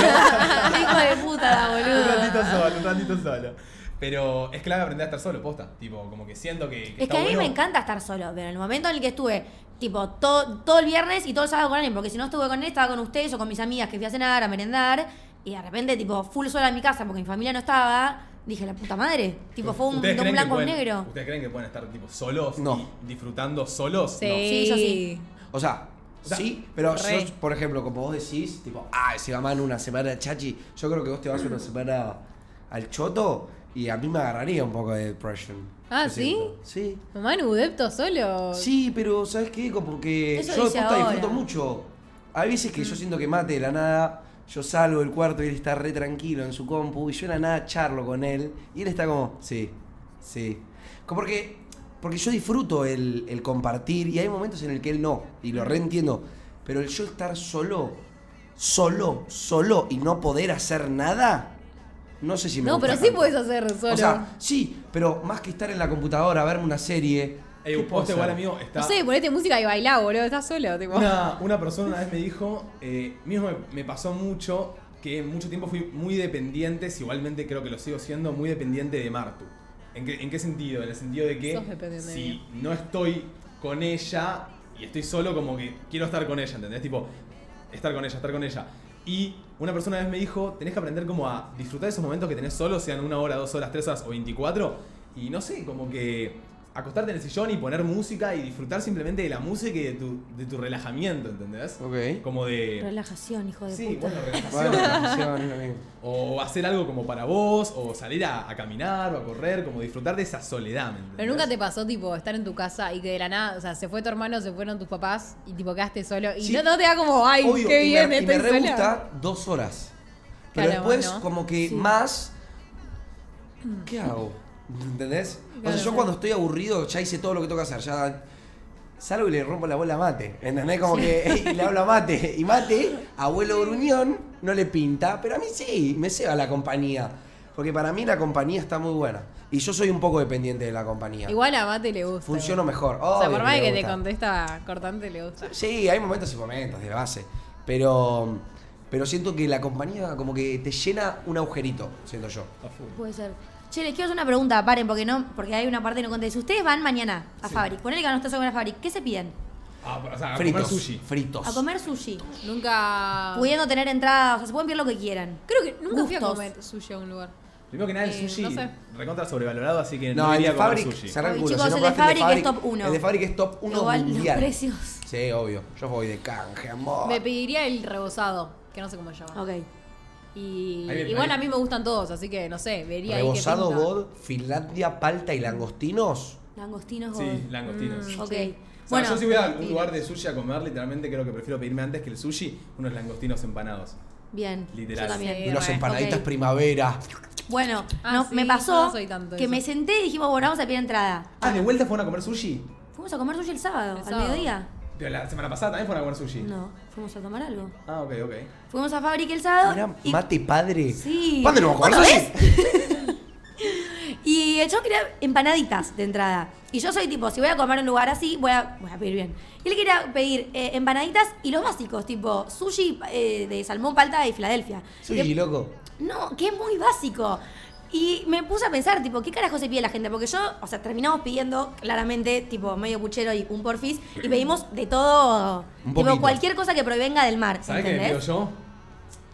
Speaker 3: Hijo de puta,
Speaker 1: Un ratito
Speaker 3: boludo.
Speaker 1: solo, un ratito solo. Pero es clave aprender a estar solo, posta. Tipo, como que siento que.
Speaker 3: Es que
Speaker 1: está
Speaker 3: a mí
Speaker 1: bueno.
Speaker 3: me encanta estar solo, pero en el momento en el que estuve, tipo, todo, todo el viernes y todo el sábado con alguien, porque si no estuve con él, estaba con ustedes o con mis amigas que fui a cenar, a merendar, y de repente, tipo, full sola en mi casa porque mi familia no estaba, dije, la puta madre. Tipo, fue un,
Speaker 1: ¿Ustedes
Speaker 3: de un
Speaker 1: creen que
Speaker 3: blanco a un
Speaker 1: pueden-
Speaker 3: negro.
Speaker 1: ¿Ustedes creen que pueden estar tipo solos
Speaker 2: No.
Speaker 1: y disfrutando solos?
Speaker 4: Sí,
Speaker 1: No.
Speaker 3: Sí, yo sí.
Speaker 2: O sea,
Speaker 1: O sea,
Speaker 2: sí, pero
Speaker 4: re.
Speaker 2: yo, por ejemplo, como vos decís, tipo, ah, se va Manu una semana a Chachi, yo creo que vos te vas una semana al Choto y a mí me agarraría un poco de depression.
Speaker 4: Ah,
Speaker 2: Yo
Speaker 4: ¿sí?
Speaker 2: siento. Sí.
Speaker 4: Manu, Depto solo.
Speaker 2: Sí, pero ¿sabes qué? Como que
Speaker 3: Eso
Speaker 2: yo de
Speaker 3: dice
Speaker 2: posta disfruto
Speaker 3: ahora.
Speaker 2: mucho. Hay veces que yo siento que mate de la nada, yo salgo del cuarto y él está re tranquilo en su compu y yo de la nada charlo con él y él está como, sí, sí. Como porque, porque yo disfruto el, el compartir y hay momentos en el que él no, y lo reentiendo, pero el yo estar solo, solo, solo y no poder hacer nada, no sé si me
Speaker 4: No,
Speaker 2: gusta
Speaker 4: pero sí
Speaker 2: tanto.
Speaker 4: puedes hacer solo.
Speaker 2: O sea, sí, pero más que estar en la computadora, verme una serie.
Speaker 1: Ey,
Speaker 2: ¿qué
Speaker 1: posta
Speaker 2: puedo
Speaker 1: igual,
Speaker 2: hacer?
Speaker 1: amigo, está.
Speaker 4: no sé, ponete música y bailá, boludo, estás solo, tipo.
Speaker 1: Una, una persona una vez me dijo, eh, mismo me, me pasó mucho, que mucho tiempo fui muy dependiente, si igualmente creo que lo sigo siendo, muy dependiente de Martu. ¿En qué, en qué sentido? En el sentido de que
Speaker 4: Sos dependiente de
Speaker 1: si
Speaker 4: mí.
Speaker 1: no estoy con ella y estoy solo, como que quiero estar con ella, ¿entendés? Tipo, estar con ella, estar con ella. Y una persona una vez me dijo, tenés que aprender como a disfrutar esos momentos que tenés solo, sean una hora, dos horas, tres horas o 24. Y no sé, como que acostarte en el sillón y poner música y disfrutar simplemente de la música y de tu, de tu relajamiento, ¿entendés?
Speaker 2: Ok.
Speaker 1: Como de...
Speaker 3: Relajación, hijo de
Speaker 1: Sí,
Speaker 3: puta.
Speaker 1: bueno,
Speaker 2: Bueno,
Speaker 1: relajación.
Speaker 2: relación, lo mismo.
Speaker 1: o hacer algo como para vos, o salir a, a caminar o a correr, como disfrutar de esa soledad, ¿me entendés?
Speaker 4: Pero nunca te pasó, tipo, estar en tu casa y que de la nada, o sea, se fue tu hermano, se fueron tus papás y, tipo, quedaste solo. Y
Speaker 2: Sí.
Speaker 4: no, no te da como, ay,
Speaker 2: Obvio,
Speaker 4: qué
Speaker 2: y
Speaker 4: bien,
Speaker 2: me, y me
Speaker 4: estoy
Speaker 2: re
Speaker 4: sola.
Speaker 2: gusta dos horas. Pero
Speaker 4: Claro,
Speaker 2: después,
Speaker 4: bueno.
Speaker 2: como que más. ¿Qué hago? ¿Entendés? o sea,
Speaker 4: Claro,
Speaker 2: yo
Speaker 4: claro.
Speaker 2: cuando estoy aburrido ya hice todo lo que tengo que hacer. Ya salgo y le rompo la bola a mate. ¿Entendés? Como que y le hablo a mate. Y mate, abuelo gruñón, no le pinta, pero a mí sí, me ceba la compañía. Porque para mí la compañía está muy buena. Y yo soy un poco dependiente de la compañía.
Speaker 4: Igual a Mate le gusta.
Speaker 2: Funciono mejor.
Speaker 4: O sea,
Speaker 2: obvio
Speaker 4: por más
Speaker 2: me
Speaker 4: que te
Speaker 2: gusta.
Speaker 4: contesta cortante, le gusta.
Speaker 2: Sí, hay momentos y momentos de base. Pero, pero siento que la compañía como que te llena un agujerito, siento yo.
Speaker 1: A full.
Speaker 3: Puede ser. Che, les quiero hacer una pregunta, paren, porque no, porque hay una parte que no conté. Si ustedes van mañana a Fabric, ponele que van a estar con una Fabric, ¿qué se piden?
Speaker 1: Ah, o sea, a comer
Speaker 2: fritos.
Speaker 1: sushi.
Speaker 2: Fritos.
Speaker 3: A comer sushi.
Speaker 4: Nunca.
Speaker 3: Pudiendo tener entradas, o sea, se pueden pedir lo que quieran.
Speaker 4: Creo que nunca fui a
Speaker 3: Gustos.
Speaker 4: comer sushi a un lugar.
Speaker 1: Primero que nada, el
Speaker 4: Eh,
Speaker 1: sushi
Speaker 4: no sé.
Speaker 1: recontra sobrevalorado, así que no,
Speaker 2: No, el
Speaker 1: iría
Speaker 2: de
Speaker 1: a comer
Speaker 2: Fabric,
Speaker 1: sushi.
Speaker 2: cerrá el
Speaker 3: Uy,
Speaker 2: culo,
Speaker 3: chicos,
Speaker 2: si no
Speaker 3: el de
Speaker 2: probaste
Speaker 3: Fabric es top uno.
Speaker 2: El de Fabric es top 1
Speaker 3: Igual los
Speaker 2: mundial.
Speaker 3: precios.
Speaker 2: Sí, obvio. Yo voy de canje, amor.
Speaker 4: Me pediría el rebozado, que no sé cómo se llama.
Speaker 3: Oh. Ok.
Speaker 4: Y
Speaker 1: Ahí me-
Speaker 4: igual
Speaker 1: ahí-
Speaker 4: a mí me gustan todos, así que no sé, vería ahí qué
Speaker 2: Rebozado
Speaker 4: pinta.
Speaker 2: God, Finlandia, palta y langostinos.
Speaker 3: Langostinos o.
Speaker 1: Sí, langostinos.
Speaker 3: Mm,
Speaker 1: O
Speaker 3: ok.
Speaker 1: sea,
Speaker 3: Bueno,
Speaker 1: yo si voy a un lugar de sushi a comer, literalmente creo que prefiero pedirme antes que el sushi unos langostinos empanados.
Speaker 3: Bien.
Speaker 1: Literal.
Speaker 3: Yo también.
Speaker 4: Sí.
Speaker 2: Unas
Speaker 4: bueno,
Speaker 2: empanaditas
Speaker 3: Eh, ok.
Speaker 2: primavera.
Speaker 3: Bueno,
Speaker 4: Ah,
Speaker 3: no,
Speaker 4: sí,
Speaker 3: me
Speaker 4: no,
Speaker 3: pasó
Speaker 4: no soy tanto
Speaker 3: que
Speaker 4: eso.
Speaker 3: me senté y dijimos, bueno, vamos a pedir entrada.
Speaker 1: Ah, ¿de vuelta fueron a comer sushi?
Speaker 3: Fuimos a comer sushi el sábado,
Speaker 4: El
Speaker 3: al
Speaker 4: sábado.
Speaker 3: mediodía.
Speaker 1: Pero la semana pasada también fueron a comer sushi.
Speaker 3: No, fuimos a tomar algo.
Speaker 1: Ah, ok, ok.
Speaker 3: Fuimos a Fabric el sábado.
Speaker 2: Mirá,
Speaker 3: Ah, y-
Speaker 2: mate padre.
Speaker 3: Sí.
Speaker 2: ¿Cuándo nos vamos a
Speaker 3: ¿Otra
Speaker 2: comer sushi?
Speaker 3: Y el chabón quería empanaditas de entrada. Y yo soy tipo, si voy a comer en un lugar así, voy a, voy a pedir bien. Y él quería pedir eh, empanaditas y los básicos, tipo sushi eh, de salmón, palta y Filadelfia. Y
Speaker 2: Sushi,
Speaker 3: de-
Speaker 2: loco.
Speaker 3: No, que es muy básico. Y me puse a pensar, tipo, ¿qué carajo se pide la gente? Porque yo, o sea, terminamos pidiendo claramente, tipo, medio puchero y un porfis, y pedimos de todo,
Speaker 2: Un
Speaker 3: tipo,
Speaker 2: poquito.
Speaker 3: cualquier cosa que provenga del mar,
Speaker 1: ¿Sabés qué me pido
Speaker 3: ¿entendés?
Speaker 1: yo?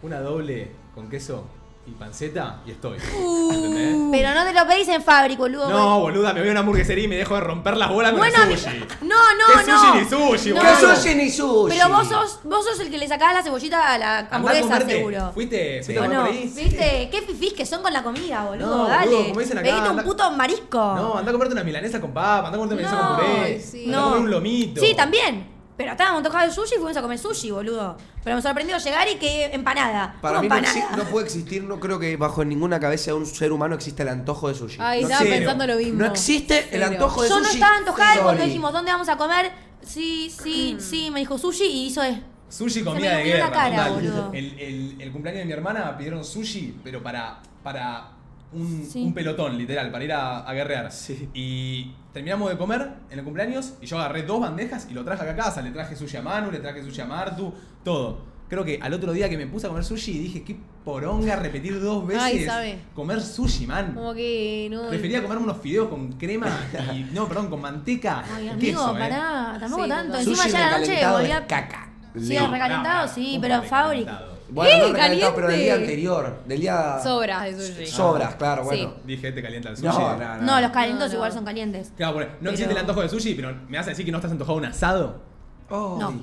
Speaker 1: Una doble con queso y panceta y estoy.
Speaker 3: Uh,
Speaker 1: ¿Entendés?
Speaker 3: Pero no te lo pedís en fábrica, boludo.
Speaker 1: No, boluda, me voy a una hamburguesería y me dejo de romper las bolas con el
Speaker 3: Bueno, a mí-
Speaker 1: sushi.
Speaker 3: no, no,
Speaker 1: ¿Qué
Speaker 3: no.
Speaker 1: sushi ni sushi,
Speaker 3: No.
Speaker 2: Pero
Speaker 1: boludo?
Speaker 2: sushi ni sushi.
Speaker 3: Pero vos sos, vos sos el que le sacás la cebollita a la
Speaker 1: Andá a
Speaker 3: hamburguesa,
Speaker 1: comerte.
Speaker 3: seguro.
Speaker 1: ¿Fuiste? ¿Fuiste
Speaker 2: Sí.
Speaker 1: a
Speaker 3: ¿O
Speaker 1: comer
Speaker 3: no?
Speaker 1: por ahí?
Speaker 3: ¿Viste? ¿Qué fifís que son con la comida, boludo?
Speaker 1: No,
Speaker 3: Dale.
Speaker 1: boludo, como dicen acá,
Speaker 3: Pedite un
Speaker 1: anda-
Speaker 3: puto marisco.
Speaker 1: No, andá a comerte una milanesa con papa, andá a comerte una milanesa con
Speaker 4: No,
Speaker 1: puré.
Speaker 4: sí.
Speaker 1: Andá a comer un lomito.
Speaker 3: Sí, también. Pero estábamos tocados de sushi y fuimos a comer sushi, boludo. Pero me sorprendió llegar y que empanada.
Speaker 2: Para
Speaker 3: ¿Cómo
Speaker 2: mí no,
Speaker 3: empanada?
Speaker 2: exi- no puede existir, no creo que bajo ninguna cabeza de un ser humano exista el antojo de sushi.
Speaker 4: Ay,
Speaker 1: No,
Speaker 4: estaba
Speaker 1: cero.
Speaker 4: pensando lo mismo.
Speaker 2: No existe el
Speaker 4: Cero.
Speaker 2: antojo de
Speaker 3: Yo
Speaker 2: sushi.
Speaker 3: no estaba antojada y cuando
Speaker 2: Sorry.
Speaker 3: dijimos, ¿dónde vamos a comer? Sí, sí,
Speaker 4: Mm.
Speaker 3: sí, me dijo sushi y hizo es.
Speaker 1: Sushi
Speaker 3: Se
Speaker 1: comida
Speaker 3: me
Speaker 1: de
Speaker 3: iluminó
Speaker 1: guerra.
Speaker 3: la cara,
Speaker 1: total.
Speaker 3: boludo.
Speaker 1: el, el- el cumpleaños de mi hermana pidieron sushi, pero para, para un,
Speaker 3: Sí.
Speaker 1: un pelotón, literal, para ir a, a guerrear. Y terminamos de comer en el cumpleaños y yo agarré dos bandejas y lo traje acá a casa. Le traje sushi a Manu, le traje sushi a Martu, todo. Creo que al otro día que me puse a comer sushi y dije, qué poronga repetir dos veces
Speaker 4: Ay, sabe.
Speaker 1: comer sushi, man.
Speaker 4: Como que no.
Speaker 1: Prefería comerme unos fideos con crema y. No, perdón, con manteca.
Speaker 3: Ay,
Speaker 1: y
Speaker 3: amigo,
Speaker 1: queso, eh.
Speaker 3: pará, tampoco
Speaker 4: Sí,
Speaker 3: tanto.
Speaker 4: total.
Speaker 3: Encima
Speaker 2: Sushi
Speaker 3: ya a la noche
Speaker 2: recalentado de
Speaker 3: volví a.
Speaker 2: caca.
Speaker 3: Sí,
Speaker 2: Leo.
Speaker 3: re- recalentado, sí,
Speaker 1: ¿Cómo
Speaker 3: pero en fábrica.
Speaker 1: recalentado?
Speaker 2: Bueno, no
Speaker 4: ¡Eh,
Speaker 2: recalentado, pero del día
Speaker 4: caliente!
Speaker 2: anterior, del día
Speaker 4: Sobras de sushi.
Speaker 2: sobras, claro,
Speaker 4: Sí.
Speaker 2: bueno.
Speaker 1: Dije, te calienta el sushi.
Speaker 2: No, no, no.
Speaker 3: No, los calentos
Speaker 4: No, no.
Speaker 3: igual son calientes.
Speaker 1: Claro, bueno, no existe el antojo de sushi, pero me vas a decir que no estás antojado de un asado.
Speaker 2: Ay,
Speaker 4: No.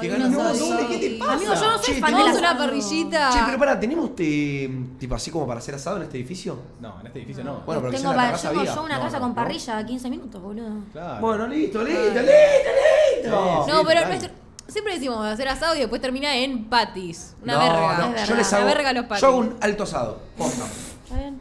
Speaker 2: qué
Speaker 4: Ay,
Speaker 2: ganas
Speaker 4: no,
Speaker 2: de-
Speaker 4: no,
Speaker 1: ¿qué te pasa?
Speaker 3: Amigo, yo no soy fan
Speaker 2: Che, tenemos
Speaker 3: de
Speaker 4: Vamos a
Speaker 3: la
Speaker 4: una parrillita.
Speaker 2: Che, pero pará, ¿tenemos eh, tipo así como para hacer asado en este edificio?
Speaker 1: No, en este edificio no.
Speaker 2: Bueno, pero quizá
Speaker 3: tengo
Speaker 2: en la
Speaker 3: pa-
Speaker 2: terraza
Speaker 3: tengo
Speaker 2: había.
Speaker 3: yo una
Speaker 2: No,
Speaker 3: casa
Speaker 2: no,
Speaker 3: con
Speaker 2: ¿no?
Speaker 3: parrilla a 15 minutos, boludo.
Speaker 1: claro.
Speaker 2: Bueno, listo, listo, listo, listo.
Speaker 4: No, pero
Speaker 1: dale.
Speaker 4: nuestro- siempre decimos hacer asado y después termina en patis. Una
Speaker 2: No,
Speaker 4: verga.
Speaker 2: no,
Speaker 3: Es
Speaker 2: yo les
Speaker 3: verdad.
Speaker 2: hago,
Speaker 4: Una verga a los patis.
Speaker 2: yo hago un alto asado. Posta.
Speaker 3: Está bien.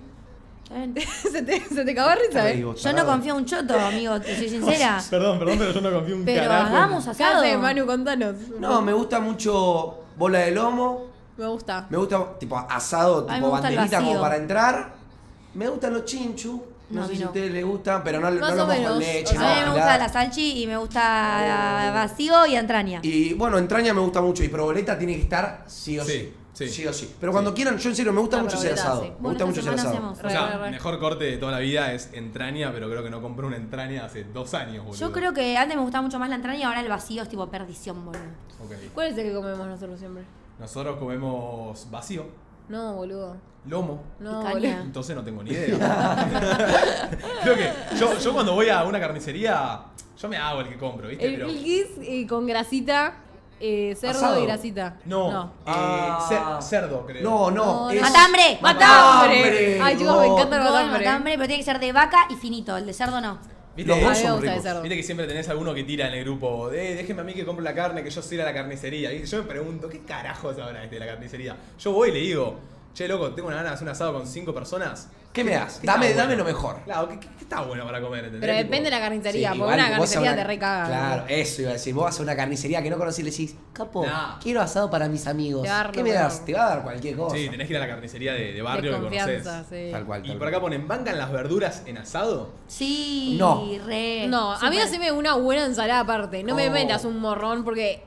Speaker 3: Está bien.
Speaker 4: se, te, se te cagó de risa,
Speaker 2: Te reí
Speaker 4: ¿eh?
Speaker 2: vos,
Speaker 3: Yo no
Speaker 2: tarado.
Speaker 3: confío en un choto, amigo, te soy sincera.
Speaker 1: Perdón, perdón, pero yo no confío un
Speaker 3: Pero
Speaker 1: carajo. en-
Speaker 3: hagamos
Speaker 4: ¿Qué
Speaker 3: asado.
Speaker 4: haces, Manu? Contanos.
Speaker 2: No, me gusta mucho bola de lomo.
Speaker 4: Me gusta.
Speaker 2: Me gusta tipo asado,
Speaker 3: A mí
Speaker 2: tipo
Speaker 3: me gusta el
Speaker 2: banderita como
Speaker 3: vacío.
Speaker 2: para entrar. Me gustan los chinchu. No,
Speaker 3: No, a
Speaker 2: sé
Speaker 3: mí
Speaker 2: si a
Speaker 3: no.
Speaker 2: ustedes les gustan, pero no, no
Speaker 4: Más
Speaker 2: los
Speaker 4: o
Speaker 2: mojo en
Speaker 4: menos.
Speaker 2: leche.
Speaker 4: O
Speaker 2: no,
Speaker 3: A mí me gusta
Speaker 2: nada.
Speaker 3: la salchi y me gusta vacío y entraña.
Speaker 2: Y bueno, entraña me gusta mucho y proboleta tiene que estar sí o sí.
Speaker 1: Sí,
Speaker 2: Sí,
Speaker 1: sí.
Speaker 2: o sí. Pero cuando quieran, yo en serio me gusta
Speaker 4: La
Speaker 2: mucho hacer
Speaker 4: proboleta,
Speaker 2: asado.
Speaker 4: sí.
Speaker 2: Me
Speaker 3: Bueno, esta
Speaker 2: gusta mucho hacer
Speaker 3: semana
Speaker 2: asado.
Speaker 3: hacemos.
Speaker 1: O
Speaker 4: Re,
Speaker 1: sea,
Speaker 4: re, re.
Speaker 1: mejor corte de toda la vida es entraña, pero creo que no compré una entraña hace dos años, boludo.
Speaker 3: Yo creo que antes me gustaba mucho más la entraña y ahora el vacío es tipo perdición, boludo.
Speaker 1: Ok.
Speaker 4: ¿Cuál es el que comemos nosotros siempre?
Speaker 1: Nosotros comemos vacío,
Speaker 4: No, boludo.
Speaker 1: lomo.
Speaker 4: No,
Speaker 3: Picaña.
Speaker 4: boludo.
Speaker 1: Entonces no tengo ni idea. creo que yo, yo cuando voy a una carnicería, yo me hago el que compro, ¿viste?
Speaker 4: El
Speaker 1: pero.
Speaker 4: pilguis eh, con grasita, eh, cerdo
Speaker 2: Asado.
Speaker 4: y grasita.
Speaker 1: No, eh,
Speaker 2: Ah.
Speaker 1: cer- cerdo, creo.
Speaker 2: No, no.
Speaker 4: No,
Speaker 2: es-
Speaker 4: no.
Speaker 3: ¡Matambre!
Speaker 4: ¡Matambre! Ay, chicos, me
Speaker 2: no.
Speaker 4: encanta el
Speaker 3: Gol,
Speaker 4: matambre.
Speaker 3: matambre, pero tiene que ser de vaca y finito, el de cerdo no.
Speaker 1: ¿Viste?
Speaker 2: Los dos
Speaker 4: A mí me
Speaker 2: son
Speaker 4: gusta de
Speaker 2: ricos.
Speaker 4: cerdo.
Speaker 1: Viste que siempre tenés alguno que tira en el grupo, eh, déjeme a mí que compro la carne, que yo sé ir a la carnicería. Y yo me pregunto, ¿qué carajo sabrá este de la carnicería? Yo voy y le digo, che, loco, tengo una gana de hacer un asado con cinco personas.
Speaker 2: ¿Qué me das?
Speaker 1: ¿Qué
Speaker 2: Dame,
Speaker 1: está
Speaker 2: dame
Speaker 1: bueno?
Speaker 2: lo mejor.
Speaker 1: Claro, ¿qué, qué- qué está bueno para comer? ¿entendés?
Speaker 4: Pero
Speaker 1: Tipo,
Speaker 4: depende de la carnicería,
Speaker 2: Sí, igual
Speaker 4: porque una
Speaker 2: vos a
Speaker 4: carnicería
Speaker 2: una-
Speaker 4: te recaga.
Speaker 2: Claro, eso iba a decir. Vos vas a una carnicería que no conocés y le decís, Capo,
Speaker 1: Nah.
Speaker 2: quiero asado para mis amigos.
Speaker 4: Te va a dar
Speaker 2: ¿Qué
Speaker 4: lo
Speaker 2: me
Speaker 4: bueno.
Speaker 2: das? Te va a dar cualquier cosa.
Speaker 1: Sí, tenés que ir a la carnicería de, de barrio que conocés.
Speaker 4: Desconfianza, sí.
Speaker 2: Tal cual.
Speaker 1: Y
Speaker 2: tal
Speaker 1: por
Speaker 2: cual.
Speaker 1: acá ponen, ¿bancan las verduras en asado?
Speaker 3: Sí,
Speaker 2: No.
Speaker 3: re.
Speaker 4: No, a mí
Speaker 3: Súper.
Speaker 4: haceme una buena ensalada aparte. No me
Speaker 2: Oh.
Speaker 4: metas un morrón porque.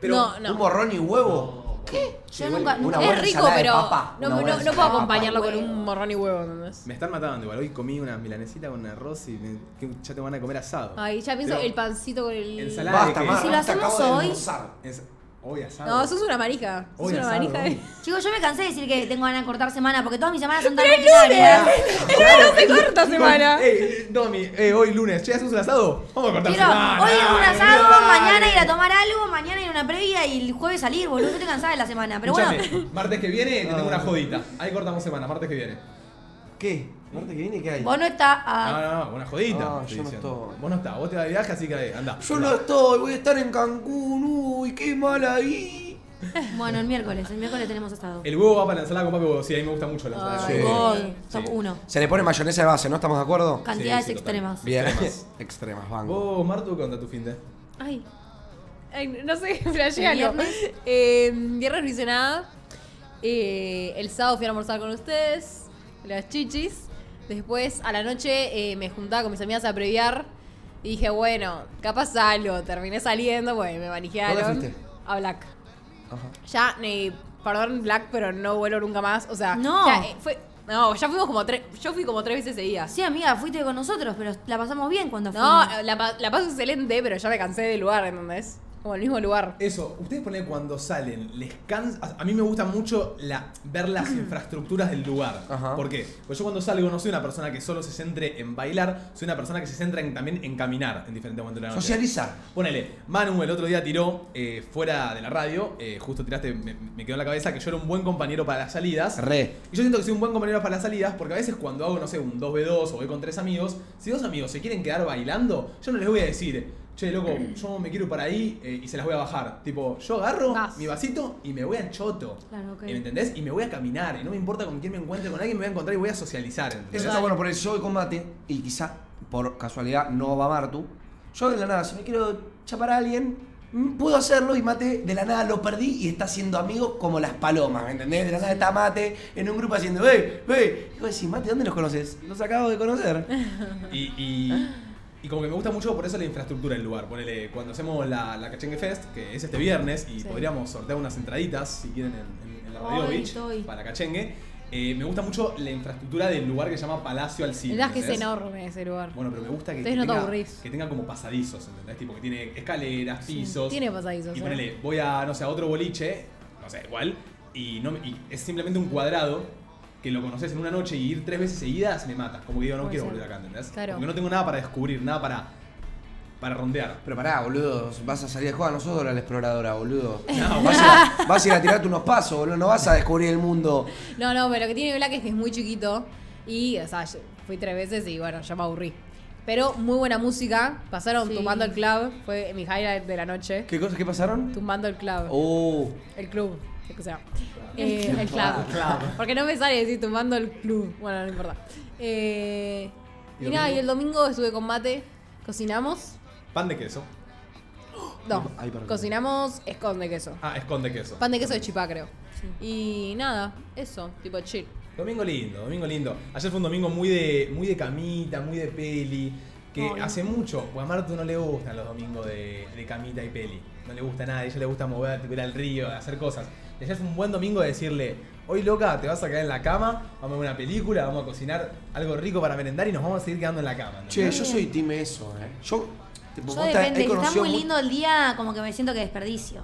Speaker 1: Pero
Speaker 4: no, no.
Speaker 2: ¿Un morrón y huevo? ¿Qué?
Speaker 3: Yo nunca-
Speaker 2: Una
Speaker 3: nunca-
Speaker 2: buena
Speaker 4: es rico,
Speaker 2: ensalada de
Speaker 4: pero
Speaker 2: papa,
Speaker 4: no,
Speaker 2: una
Speaker 4: no-
Speaker 2: buena
Speaker 4: no
Speaker 2: ensalada
Speaker 4: puedo
Speaker 2: de papa.
Speaker 4: acompañarlo con
Speaker 3: Huevo.
Speaker 4: un morrón y huevo, ¿entendés?
Speaker 1: Me están matando igual. Hoy comí una milanesita con arroz y me- que ya te van a comer asado.
Speaker 4: Ay, ya pienso
Speaker 1: Pero-
Speaker 4: el pancito con el.
Speaker 1: Ensalada.
Speaker 2: Basta,
Speaker 1: Ay,
Speaker 2: Mar,
Speaker 1: que-
Speaker 3: Si lo
Speaker 2: te
Speaker 3: hacemos
Speaker 2: acabo de
Speaker 3: hoy-
Speaker 2: almorzar.
Speaker 1: Es- hoy
Speaker 2: Ah,
Speaker 1: asado.
Speaker 4: No, sos una manija. Sos
Speaker 1: Hoy
Speaker 4: una
Speaker 1: asado,
Speaker 4: manija.
Speaker 1: hoy.
Speaker 4: de-
Speaker 3: Chicos, yo me cansé de decir que tengo ganas de cortar semana porque todas mis semanas son tan
Speaker 4: lunes!
Speaker 3: rutinarias.
Speaker 4: no se corta semana.
Speaker 1: Ey, Domi, eh, hoy lunes, ¿che haces un asado? Vamos a cortar
Speaker 3: Quiero
Speaker 1: semana.
Speaker 3: hoy ir a un
Speaker 1: dale,
Speaker 3: asado,
Speaker 1: dale.
Speaker 3: mañana ir a tomar algo, mañana ir a una previa y el jueves salir, boludo. Yo estoy cansada de la semana, pero bueno.
Speaker 2: Ah.
Speaker 1: Escuchame, martes que viene te tengo una jodita. Ahí cortamos semana, martes que viene.
Speaker 2: ¿Qué? ¿Norte que viene qué hay?
Speaker 3: Vos no estás.
Speaker 1: No,
Speaker 3: ah,
Speaker 1: no, no, una jodita.
Speaker 2: No,
Speaker 1: estoy
Speaker 2: yo no
Speaker 1: diciendo.
Speaker 2: estoy.
Speaker 1: Vos no estás, vos te vas de viaje, así que dale, andá.
Speaker 2: Yo no estoy, voy a estar en Cancún, uy, qué mal ahí.
Speaker 3: Bueno, el miércoles. El miércoles tenemos asado.
Speaker 1: El huevo va para la ensalada con papi huevo. Sí, a mí me gusta mucho la ensalada.
Speaker 3: Ay,
Speaker 2: Sí.
Speaker 3: God,
Speaker 1: Eh, Sí.
Speaker 3: top uno.
Speaker 2: Se le pone mayonesa de base, ¿no estamos de acuerdo?
Speaker 3: Cantidades
Speaker 1: sí, total.
Speaker 3: extremas.
Speaker 2: Bien.
Speaker 1: Extremas.
Speaker 2: Extremas, banco.
Speaker 1: Vos, Martu, ¿qué onda tu fin de?
Speaker 3: Ay.
Speaker 4: Ay, no sé, flashé
Speaker 3: ¿El
Speaker 4: algo.
Speaker 3: viernes?
Speaker 4: Eh, viernes no hice nada. Eh, el sábado fui a almorzar con ustedes, las chichis. Después, a la noche, eh, me juntaba con mis amigas a previar. Y dije, bueno, capaz salgo. Terminé saliendo, bueno, me manijearon.
Speaker 2: ¿Dónde fuiste?
Speaker 4: A Black.
Speaker 2: Ajá.
Speaker 4: Ya, ni, perdón, Black, pero no vuelo nunca más. O sea,
Speaker 3: No.
Speaker 4: ya, eh, fue- no, ya fuimos como tres, yo fui como tres veces seguidas.
Speaker 3: Sí, amiga, fuiste con nosotros, pero la pasamos bien cuando fuimos.
Speaker 4: No, eh, la, pa- la paso excelente, pero ya me cansé del lugar, ¿entendés? Como el mismo lugar.
Speaker 1: Eso, ustedes ponen cuando salen, les cansa. A mí me gusta mucho la, ver las infraestructuras del lugar.
Speaker 2: Ajá.
Speaker 1: ¿Por qué? Porque yo cuando salgo no soy una persona que solo se centre en bailar, soy una persona que se centra en- también en caminar en diferentes momentos de la noche.
Speaker 2: Socializa.
Speaker 1: Ponele, Manu el otro día tiró eh, fuera de la radio, eh, justo tiraste, me, me quedó en la cabeza que yo era un buen compañero para las salidas.
Speaker 2: Re.
Speaker 1: Y yo siento que soy un buen compañero para las salidas porque a veces cuando hago, no sé, un 2v2 o voy con tres amigos, si dos amigos se quieren quedar bailando, yo no les voy a decir, che, loco, yo me quiero ir para ahí eh, y se las voy a bajar. Tipo, yo agarro
Speaker 4: Vas.
Speaker 1: mi vasito y me voy al choto.
Speaker 3: Claro, ok.
Speaker 1: ¿Me entendés? Y me voy a caminar y no me importa con quién me encuentre, con alguien me voy a encontrar y voy a socializar. ¿entendés?
Speaker 2: Eso está bueno, por eso yo voy con mate y quizá, por casualidad, no va Martu. Yo de la nada, si me quiero chapar a alguien, mm, puedo hacerlo y mate de la nada lo perdí y está siendo amigo como las palomas, ¿me entendés? De la nada está mate en un grupo haciendo, ¡eh, eh! Y vos decís, mate, ¿dónde los conoces? Los acabo de conocer.
Speaker 1: Y, y- y como que me gusta mucho por eso la infraestructura del lugar. Ponele, cuando hacemos la, la Cachengue Fest, que es este viernes, y
Speaker 4: Sí.
Speaker 1: podríamos sortear unas entraditas, si quieren, en, en- en la
Speaker 3: Ay,
Speaker 1: Radio Beach,
Speaker 3: estoy.
Speaker 1: para Cachengue, eh, me gusta mucho la infraestructura del lugar que se llama Palacio al Cine.
Speaker 4: La verdad es que es
Speaker 1: ¿entendés?
Speaker 4: enorme ese lugar.
Speaker 1: Bueno, pero me gusta que,
Speaker 4: Entonces
Speaker 1: que
Speaker 4: no te
Speaker 1: tenga,
Speaker 4: aburrís.
Speaker 1: que tenga como pasadizos, ¿entendés? Tipo que tiene escaleras, pisos.
Speaker 4: tiene pasadizos,
Speaker 1: Y
Speaker 4: ¿eh?
Speaker 1: ponele, voy a, no sé, a otro boliche, no sé, igual, y, no, me- y es simplemente un cuadrado que lo conoces en una noche y ir tres veces seguidas me mata. Como que digo, no
Speaker 4: Puede
Speaker 1: quiero
Speaker 4: ser.
Speaker 1: volver acá, ¿entendés?
Speaker 4: Claro.
Speaker 1: Porque no tengo nada para descubrir, nada para, para rondear.
Speaker 2: Pero pará, boludo, vas a salir de juego, no sos Dora la exploradora, boludo.
Speaker 1: No,
Speaker 2: vas, a, vas a ir a tirarte unos pasos, boludo, no vas a descubrir el mundo.
Speaker 4: No, no, pero lo que tiene Black es que es muy chiquito. Y, o sea, yo fui tres veces y bueno, ya me aburrí. Pero muy buena música. Pasaron
Speaker 3: Sí.
Speaker 4: tumbando el club. Fue mi highlight de la noche.
Speaker 2: ¿Qué cosas, qué pasaron?
Speaker 4: Tumbando el club.
Speaker 2: Oh,
Speaker 4: El club. O sea, eh, el club. Porque no me sale decir tumbando el club. Bueno, no importa. Eh,
Speaker 1: ¿Y
Speaker 4: y nada,
Speaker 1: domingo?
Speaker 4: y el domingo estuve con mate. Cocinamos.
Speaker 1: Pan de queso.
Speaker 4: No,
Speaker 2: Ay, perdón.
Speaker 4: cocinamos esconde queso.
Speaker 1: Ah, esconde queso.
Speaker 4: Pan de queso de chipá, creo. Y nada, eso, tipo chill.
Speaker 1: Domingo lindo, domingo lindo. Ayer fue un domingo muy de, muy de camita, muy de peli. Que
Speaker 3: Ay.
Speaker 1: hace mucho, porque a Martu no le gustan los domingos de, de camita y peli. No le gusta nada, a ella le gusta mover, tipo, ir al río, hacer cosas. Y ayer fue un buen domingo de decirle, hoy loca, te vas a quedar en la cama, vamos a ver una película, vamos a cocinar algo rico para merendar y nos vamos a seguir quedando en la cama. ¿no?
Speaker 2: che, yo soy team eso, eh. Yo,
Speaker 3: Yo
Speaker 2: tipo, vos te-
Speaker 3: depende, si
Speaker 2: he
Speaker 3: está
Speaker 2: conocido
Speaker 3: muy
Speaker 2: mu-
Speaker 3: lindo el día, como que me siento que desperdicio.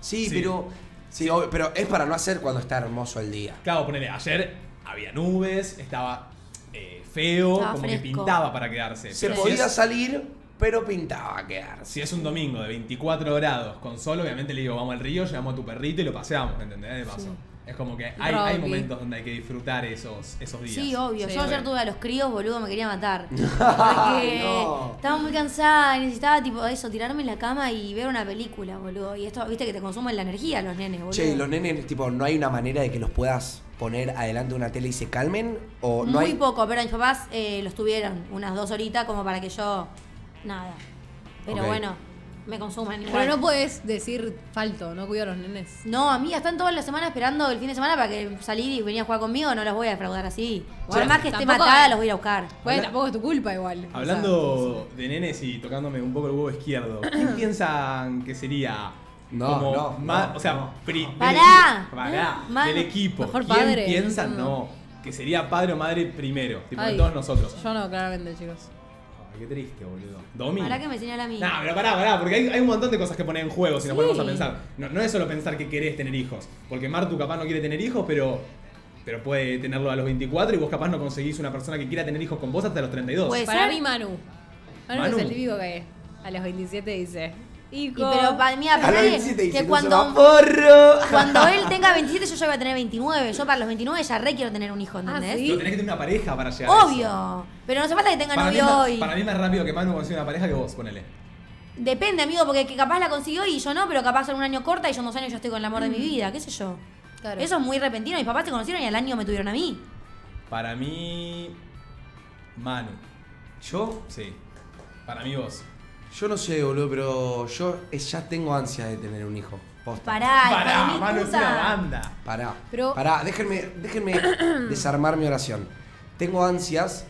Speaker 2: Sí,
Speaker 1: Sí.
Speaker 2: pero. Sí, obvio, pero es para no hacer cuando está hermoso el día.
Speaker 1: Claro, ponele, ayer había nubes, estaba eh, feo,
Speaker 3: Estaba
Speaker 1: como que
Speaker 3: fresco.
Speaker 1: pintaba para quedarse.
Speaker 2: Se
Speaker 1: Pero si
Speaker 2: podía
Speaker 1: es-
Speaker 2: salir, pero pintaba quedarse.
Speaker 1: Si es un domingo de 24 grados con sol, obviamente le digo, vamos al río, llevamos a tu perrito y lo paseamos, ¿entendés? De paso. Es como que hay, hay
Speaker 4: Rocky.
Speaker 1: momentos donde hay que disfrutar esos, esos días.
Speaker 3: Sí, obvio.
Speaker 4: Sí.
Speaker 3: Yo ayer tuve a los críos, boludo, me quería matar. Porque
Speaker 2: Ay, no.
Speaker 3: estaba muy cansada, y necesitaba tipo eso, tirarme en la cama y ver una película, boludo. Y esto, viste que te consumen la energía los nenes, boludo.
Speaker 2: Che, y los nenes, tipo, ¿no hay una manera de que los puedas poner adelante de una tele y se calmen? ¿O no
Speaker 3: muy
Speaker 2: hay.?
Speaker 3: poco, pero mis papás eh, los tuvieron unas dos horitas como para que yo. Nada. Pero
Speaker 2: Ok.
Speaker 3: bueno, me consumen igual.
Speaker 4: Pero no puedes decir falto, no cuido a los nenes.
Speaker 3: No, amiga, están todas las semanas esperando el fin de semana para que salir y venir a jugar conmigo, no los voy a defraudar así. Por
Speaker 4: Sí.
Speaker 3: más que esté
Speaker 4: Tampoco-
Speaker 3: matada, los voy a ir a buscar.
Speaker 4: Bueno, Pues tampoco es tu culpa igual. o sea,
Speaker 1: Hablando de nenes y tocándome un poco el huevo izquierdo, ¿quién piensan que sería
Speaker 2: No,
Speaker 1: como
Speaker 2: no,
Speaker 1: más,
Speaker 2: no,
Speaker 1: o sea,
Speaker 2: no.
Speaker 1: pri- del
Speaker 3: Pará.
Speaker 1: equipo- pará,
Speaker 3: Eh, mano.
Speaker 1: del equipo?
Speaker 4: Mejor
Speaker 1: ¿Quién
Speaker 4: padre.
Speaker 1: piensan
Speaker 4: Mm.
Speaker 1: no? Que sería padre o madre primero, tipo de
Speaker 4: Ay.
Speaker 1: todos nosotros.
Speaker 4: Yo no, claramente, chicos.
Speaker 1: Ay, qué triste, boludo. Domi.
Speaker 3: Ahora que me señala a mí.
Speaker 1: No, pero pará, pará, porque hay, hay un montón de cosas que poner en juego si nos
Speaker 3: Sí.
Speaker 1: ponemos a pensar. No, no es solo pensar que querés tener hijos, porque Martu capaz no quiere tener hijos, pero, pero puede tenerlo a los 24 y vos capaz no conseguís una persona que quiera tener hijos con vos hasta los 32.
Speaker 3: Pues- ¿Puede
Speaker 4: Para
Speaker 3: ser?
Speaker 4: mí, Manu. Manu,
Speaker 1: Manu.
Speaker 4: es el típico que a los 27 dice:
Speaker 3: Y,
Speaker 4: Hijo.
Speaker 3: pero para mí,
Speaker 2: A los
Speaker 3: aparte,
Speaker 2: 27 dice,
Speaker 3: que
Speaker 2: "No
Speaker 3: cuando,
Speaker 2: se va porro".
Speaker 3: cuando él tenga 27, yo ya voy a tener 29. Yo para los 29 ya re quiero tener un hijo, ¿entendés?
Speaker 4: ¿sí?
Speaker 1: Pero tenés que tener una pareja para llegar a eso.
Speaker 3: Obvio. Pero no hace falta que tenga
Speaker 1: Para mí, es
Speaker 3: novio
Speaker 1: más-
Speaker 3: hoy.
Speaker 1: para mí es más rápido que Manu consiga una pareja que vos, ponele.
Speaker 3: Depende, amigo, porque que capaz la consiguió y yo no, pero capaz en un año corta y yo en dos años ya estoy con el amor de mi vida, qué sé yo.
Speaker 4: Claro.
Speaker 3: Eso es muy repentino. Mis papás se conocieron y al año me tuvieron a mí.
Speaker 1: Para mí. Manu. ¿Yo? Sí. Para mí vos.
Speaker 2: Yo no sé, boludo, pero yo eh, ya tengo ansias de tener un hijo. Posta.
Speaker 3: Pará, y para mí,
Speaker 1: Manu es
Speaker 3: excusa.
Speaker 1: una banda.
Speaker 2: Pará.
Speaker 4: Pero-
Speaker 2: Pará, déjenme, déjenme desarmar mi oración. Tengo ansias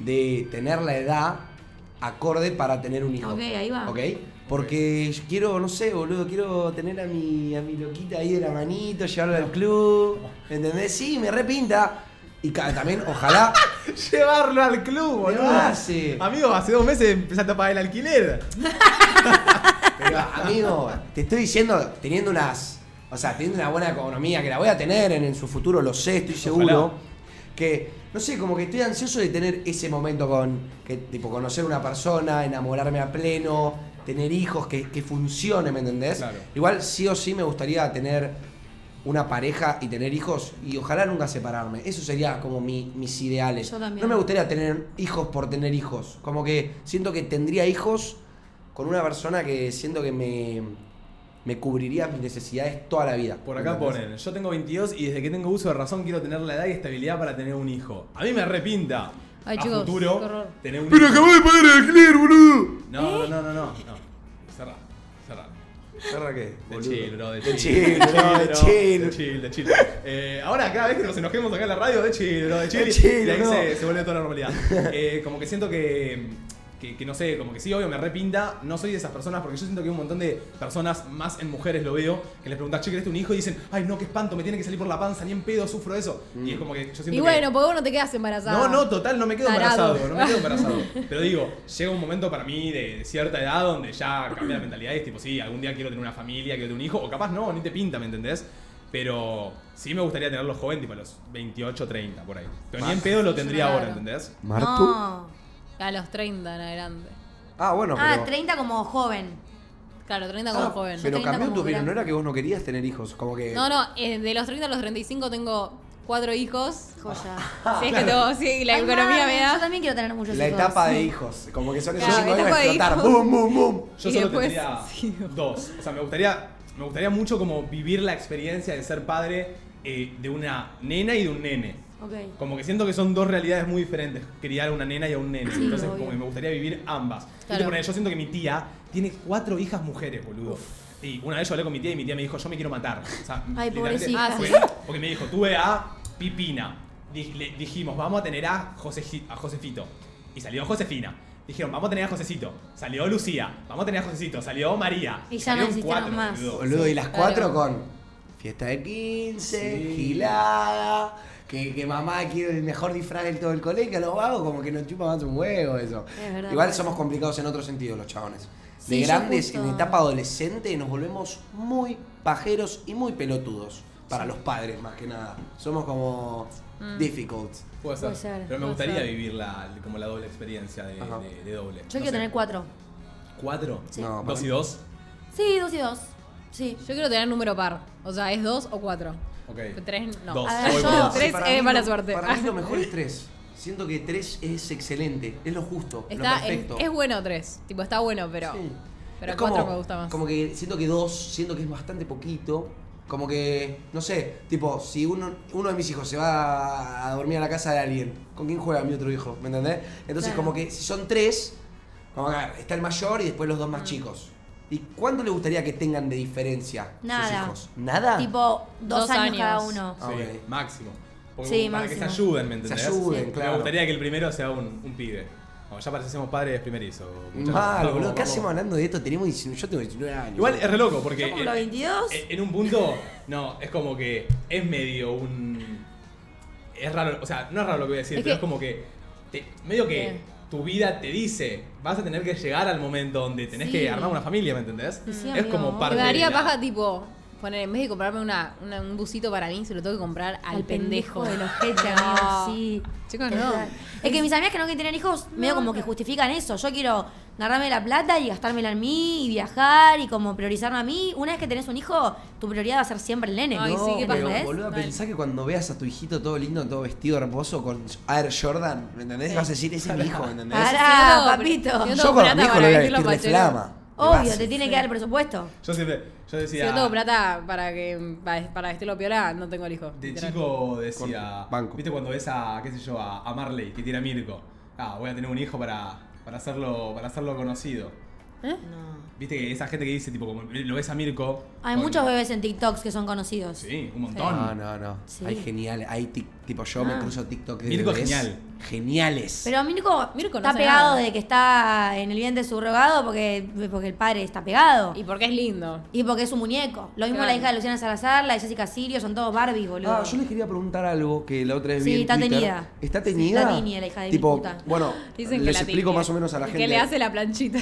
Speaker 2: de tener la edad acorde para tener un hijo.
Speaker 3: Ok, ahí va.
Speaker 2: ¿Ok? Porque yo quiero, no sé, boludo, quiero tener a mi, a mi loquita ahí de la manito, llevarla al club. ¿Entendés? Sí, me repinta. Y ca- también, ojalá.
Speaker 1: Llevarlo al club,
Speaker 2: ¿Qué
Speaker 1: boludo.
Speaker 2: hace?
Speaker 1: Amigo, hace dos meses empezaste a pagar el alquiler.
Speaker 2: Pero, amigo, te estoy diciendo, teniendo unas. O sea, teniendo una buena economía, que la voy a tener en, en su futuro, lo sé, estoy seguro.
Speaker 1: Ojalá.
Speaker 2: Que, no sé, como que estoy ansioso de tener ese momento con. Que, tipo, conocer una persona, enamorarme a pleno, tener hijos, que, que funcione, ¿me entendés?
Speaker 1: Claro.
Speaker 2: Igual sí o sí me gustaría tener una pareja y tener hijos y ojalá nunca separarme. Eso sería como mi- mis ideales.
Speaker 3: Yo también.
Speaker 2: No me gustaría tener hijos por tener hijos. Como que siento que tendría hijos con una persona que siento que me, me cubriría mis necesidades toda la vida.
Speaker 1: Por acá
Speaker 2: ¿Entendés?
Speaker 1: ponen, yo tengo 22 y desde que tengo uso de razón quiero tener la edad y estabilidad para tener un hijo. A mí me repinta.
Speaker 4: Ay,
Speaker 1: a
Speaker 4: chicos, qué horror.
Speaker 1: futuro, tener un hijo.
Speaker 2: de pagar el alquiler, boludo!
Speaker 1: No, no, no, no, no,
Speaker 4: ¿Eh?
Speaker 1: no. Cerrá, cerrá.
Speaker 2: ¿Cerra qué?
Speaker 1: De
Speaker 2: boludo?
Speaker 1: chill, bro, de
Speaker 2: De
Speaker 1: chill.
Speaker 2: chill, bro, de chill.
Speaker 1: De chill, de chill. Eh, ahora, cada vez que nos enojemos acá en la radio, de chill, bro, de chill.
Speaker 2: De chill,
Speaker 1: y ahí
Speaker 2: bro.
Speaker 1: se, se vuelve toda la normalidad. Eh, como que siento que, que, que no sé, como que sí, obvio, me repinta. No soy de esas personas porque yo siento que un montón de personas, más en mujeres lo veo, que les preguntas, che, ¿querés un hijo? Y dicen, ay, no, qué espanto, me tiene que salir por la panza, ni en pedo sufro eso.
Speaker 2: Mm.
Speaker 1: Y es como que yo siento
Speaker 4: Y
Speaker 1: que-
Speaker 4: bueno, porque vos no te quedas embarazada.
Speaker 1: no, no, total, no me quedo
Speaker 4: Tarado.
Speaker 1: embarazado, no me quedo embarazado. Pero digo, llega un momento para mí de, de cierta edad donde ya cambia la mentalidad y es tipo, sí, algún día quiero tener una familia, quiero tener un hijo, o capaz no, ni te pinta, ¿me entendés? Pero sí me gustaría tenerlo joven, tipo a los 28, 30, por ahí. Pero ni en pedo lo tendría
Speaker 4: Claro.
Speaker 1: ahora, ¿entendés?
Speaker 2: ¿Martu?
Speaker 3: No.
Speaker 4: A los 30 en adelante.
Speaker 2: Ah, bueno, pero.
Speaker 3: Ah, 30 como joven.
Speaker 4: Claro, 30 como
Speaker 2: Ah,
Speaker 4: joven.
Speaker 2: Pero
Speaker 3: Yo
Speaker 2: cambió
Speaker 3: como
Speaker 2: tu opinión,
Speaker 3: grande.
Speaker 2: no era que vos no querías tener hijos, como que.
Speaker 4: No, no, eh, de los 30 a los 35 tengo cuatro hijos.
Speaker 3: Joya.
Speaker 4: si es que tengo, si la
Speaker 3: Ah, Ay,
Speaker 4: economía
Speaker 3: mami,
Speaker 4: me
Speaker 3: Yo
Speaker 4: da.
Speaker 3: también quiero tener muchos
Speaker 2: La
Speaker 3: hijos.
Speaker 2: etapa de hijos, como que son esos
Speaker 4: Claro,
Speaker 2: cinco años
Speaker 4: etapa
Speaker 2: de
Speaker 4: de
Speaker 2: explotar.
Speaker 4: hijos.
Speaker 2: ¡Bum, bum, bum!
Speaker 1: Yo
Speaker 4: Y
Speaker 1: solo
Speaker 4: después,
Speaker 1: tendría
Speaker 4: sí.
Speaker 1: dos. O sea, me gustaría, me gustaría mucho como vivir la experiencia de ser padre eh, de una nena y de un nene.
Speaker 3: Ok.
Speaker 1: Como que siento que son dos realidades muy diferentes, criar a una nena y a un nene.
Speaker 3: Sí,
Speaker 1: Entonces,
Speaker 3: obvio.
Speaker 1: como que me gustaría vivir ambas. Viste,
Speaker 4: Claro.
Speaker 1: ponele, yo siento que mi tía tiene cuatro hijas mujeres, boludo. Y una vez yo hablé con mi tía y mi tía me dijo, yo me quiero matar. O sea,
Speaker 3: Ay,
Speaker 1: literalmente,
Speaker 3: pobrecita.
Speaker 4: Ah, sí.
Speaker 1: fue- Porque me dijo, tuve a Pipina. Di- le dijimos, vamos a tener a, Jose, a Josefito. Y salió Josefina. Dijeron, vamos a tener a Josecito. Salió Lucía. Vamos a tener a Josecito. Salió María.
Speaker 3: Y ya no
Speaker 1: Salieron
Speaker 3: existieron
Speaker 1: cuatro,
Speaker 3: más.
Speaker 1: boludo.
Speaker 2: Boludo, y las
Speaker 4: claro.
Speaker 2: cuatro con. Fiesta de 15,
Speaker 1: Sí.
Speaker 2: gilada. Que, que mamá quiere el mejor disfraz del todo el colegio, los vagos, como que nos chupa más un huevo eso.
Speaker 3: Es verdad,
Speaker 2: Igual
Speaker 3: puede
Speaker 2: somos
Speaker 3: ser.
Speaker 2: complicados en otro sentido los chabones.
Speaker 3: Sí,
Speaker 2: de
Speaker 3: yo
Speaker 2: grandes,
Speaker 3: justo-
Speaker 2: en etapa adolescente, nos volvemos muy pajeros y muy pelotudos. Para los padres, más que nada. Somos como difficult.
Speaker 1: Puede ser.
Speaker 3: Puede ser,
Speaker 1: Pero me
Speaker 4: puede
Speaker 1: gustaría
Speaker 4: ser.
Speaker 1: vivir la, como la doble experiencia de,
Speaker 2: Ajá.
Speaker 1: de- de doble.
Speaker 3: Yo quiero tener cuatro.
Speaker 1: ¿Cuatro?
Speaker 3: Sí.
Speaker 2: No,
Speaker 1: ¿Dos
Speaker 2: para-
Speaker 1: y dos?
Speaker 3: Sí, dos y dos. Sí.
Speaker 4: Yo quiero tener número par. O sea, es dos o cuatro.
Speaker 1: Ok.
Speaker 4: Tres, no. Ah,
Speaker 1: Dos.
Speaker 3: A ver,
Speaker 1: Voy
Speaker 3: yo-
Speaker 1: por dos.
Speaker 4: tres
Speaker 2: Para
Speaker 4: es
Speaker 2: mí
Speaker 4: mala
Speaker 2: lo-
Speaker 4: suerte.
Speaker 2: Para mí lo mejor es tres. Siento que tres es excelente, es lo justo, lo
Speaker 4: Está, es,
Speaker 2: perfecto.
Speaker 4: es bueno tres. Tipo, está bueno, pero.
Speaker 2: Sí.
Speaker 4: Pero
Speaker 2: Es
Speaker 4: cuatro me gusta más.
Speaker 2: Como que siento que dos, siento que es bastante poquito. Como que, no sé, tipo, si uno, uno de mis hijos se va a dormir a la casa de alguien, ¿con quién juega mi otro hijo? ¿Me entendés? Entonces,
Speaker 3: Claro.
Speaker 2: como que si son tres, como que a ver, está el mayor y después los dos
Speaker 4: Ah.
Speaker 2: más chicos. ¿Y cuánto le gustaría que tengan de diferencia
Speaker 3: Nada.
Speaker 2: sus hijos? ¿Nada?
Speaker 3: Tipo, dos,
Speaker 4: Dos
Speaker 3: años, cada
Speaker 4: años.
Speaker 3: uno.
Speaker 1: Sí,
Speaker 2: Ah, ok.
Speaker 1: máximo. Porque
Speaker 3: Sí,
Speaker 1: para que
Speaker 3: máximo.
Speaker 1: se ayuden, ¿me entendés?
Speaker 2: Se ayuden,
Speaker 1: Me
Speaker 2: claro.
Speaker 1: gustaría que el primero sea un, un pibe. Como ya parecemos padres primerizos. muchachos.
Speaker 2: Mal,
Speaker 1: Vamos,
Speaker 2: boludo.
Speaker 1: vamos.
Speaker 2: ¿Qué hacemos hablando de esto? Tenemos 19, yo tengo 19 años.
Speaker 1: Igual es re loco, porque.
Speaker 3: Yo
Speaker 2: eh,
Speaker 3: cumplo 22.
Speaker 1: En, en un punto, no, es como que es medio un. Es raro, o sea, no es raro lo que voy a decir,
Speaker 4: Es
Speaker 1: pero
Speaker 4: que-
Speaker 1: es como que. te- medio que
Speaker 4: Bien.
Speaker 1: tu vida te dice, vas a tener que llegar al momento donde tenés
Speaker 3: Sí.
Speaker 1: que armar una familia, ¿me entendés?
Speaker 3: Y sí,
Speaker 1: es
Speaker 3: amigo,
Speaker 1: como
Speaker 3: me
Speaker 1: parte.
Speaker 4: Me daría
Speaker 1: de la-
Speaker 4: paja, tipo, poner, en vez de comprarme una, una- un busito para mí, se lo tengo que comprar al,
Speaker 3: Al pendejo
Speaker 4: pendejo.
Speaker 3: del ojete,
Speaker 4: No.
Speaker 3: amigo, sí.
Speaker 4: Chicos,
Speaker 3: Es
Speaker 4: no.
Speaker 3: verdad. Es que mis amigas que no quieren tener hijos, medio como que justifican eso. Yo quiero ganarme la plata y gastármela en mí y viajar y como priorizarme a mí. Una vez que tenés un hijo, tu prioridad va a ser siempre el nene.
Speaker 4: Ay, sí, qué
Speaker 2: pero
Speaker 4: pasa, ¿eh?
Speaker 2: boludo,
Speaker 4: Mal.
Speaker 2: pensá que cuando veas a tu hijito todo lindo, todo vestido reposo con Air Jordan, ¿me entendés? Vas a decir, ese es mi hijo, ¿me entendés?
Speaker 3: Pará,
Speaker 4: Ah, Yo no,
Speaker 3: papito.
Speaker 4: pero-
Speaker 2: Yo
Speaker 4: tengo
Speaker 2: con
Speaker 4: plata
Speaker 2: mi hijo lo
Speaker 4: para
Speaker 2: voy a
Speaker 4: vestirlo
Speaker 2: vestir de
Speaker 4: pachero.
Speaker 2: flama. de
Speaker 3: Obvio,
Speaker 2: base.
Speaker 3: te tiene que dar el presupuesto.
Speaker 1: Yo siempre, yo
Speaker 4: Si
Speaker 1: decía.
Speaker 4: yo tengo plata para que para, para vestirlo piola, no tengo el hijo.
Speaker 1: De
Speaker 4: literal.
Speaker 1: chico decía.
Speaker 2: Corte, banco.
Speaker 1: ¿Viste cuando ves a, qué sé yo, a, a Marley que tira a Mirko? Ah, voy a tener un hijo para, para, hacerlo, para hacerlo conocido.
Speaker 3: No.
Speaker 1: ¿Viste que esa gente que dice, tipo, como lo ves a Mirko?
Speaker 3: Hay
Speaker 1: con-
Speaker 3: muchos bebés en TikToks que son conocidos.
Speaker 1: Sí, un montón.
Speaker 2: No, no, no.
Speaker 3: Sí.
Speaker 2: Hay geniales. Hay tic- tipo yo
Speaker 3: Ah.
Speaker 2: me cruzo TikTok de
Speaker 1: Mirko
Speaker 2: bebés.
Speaker 1: genial.
Speaker 2: Geniales.
Speaker 3: Pero Mirko,
Speaker 4: Mirko no
Speaker 3: está
Speaker 4: hace
Speaker 3: pegado
Speaker 4: nada.
Speaker 3: de que está en el vientre subrogado porque, porque el padre está pegado.
Speaker 4: Y porque es lindo.
Speaker 3: Y porque es un muñeco. Lo mismo
Speaker 4: Claro.
Speaker 3: la hija de Luciana Salazar, la de Jessica Sirio, son todos Barbies, boludo.
Speaker 2: Ah, yo les quería preguntar algo que la otra vez
Speaker 3: Sí,
Speaker 2: vi en
Speaker 3: está
Speaker 2: Twitter.
Speaker 3: teñida.
Speaker 2: Está
Speaker 3: Sí,
Speaker 2: teñida.
Speaker 3: está teñida la hija de mi
Speaker 2: tipo,
Speaker 3: puta.
Speaker 2: Bueno,
Speaker 4: Dicen que
Speaker 2: les
Speaker 4: la
Speaker 2: explico
Speaker 4: tiene.
Speaker 2: más o menos a la
Speaker 4: Y
Speaker 2: gente.
Speaker 4: Que le hace la planchita.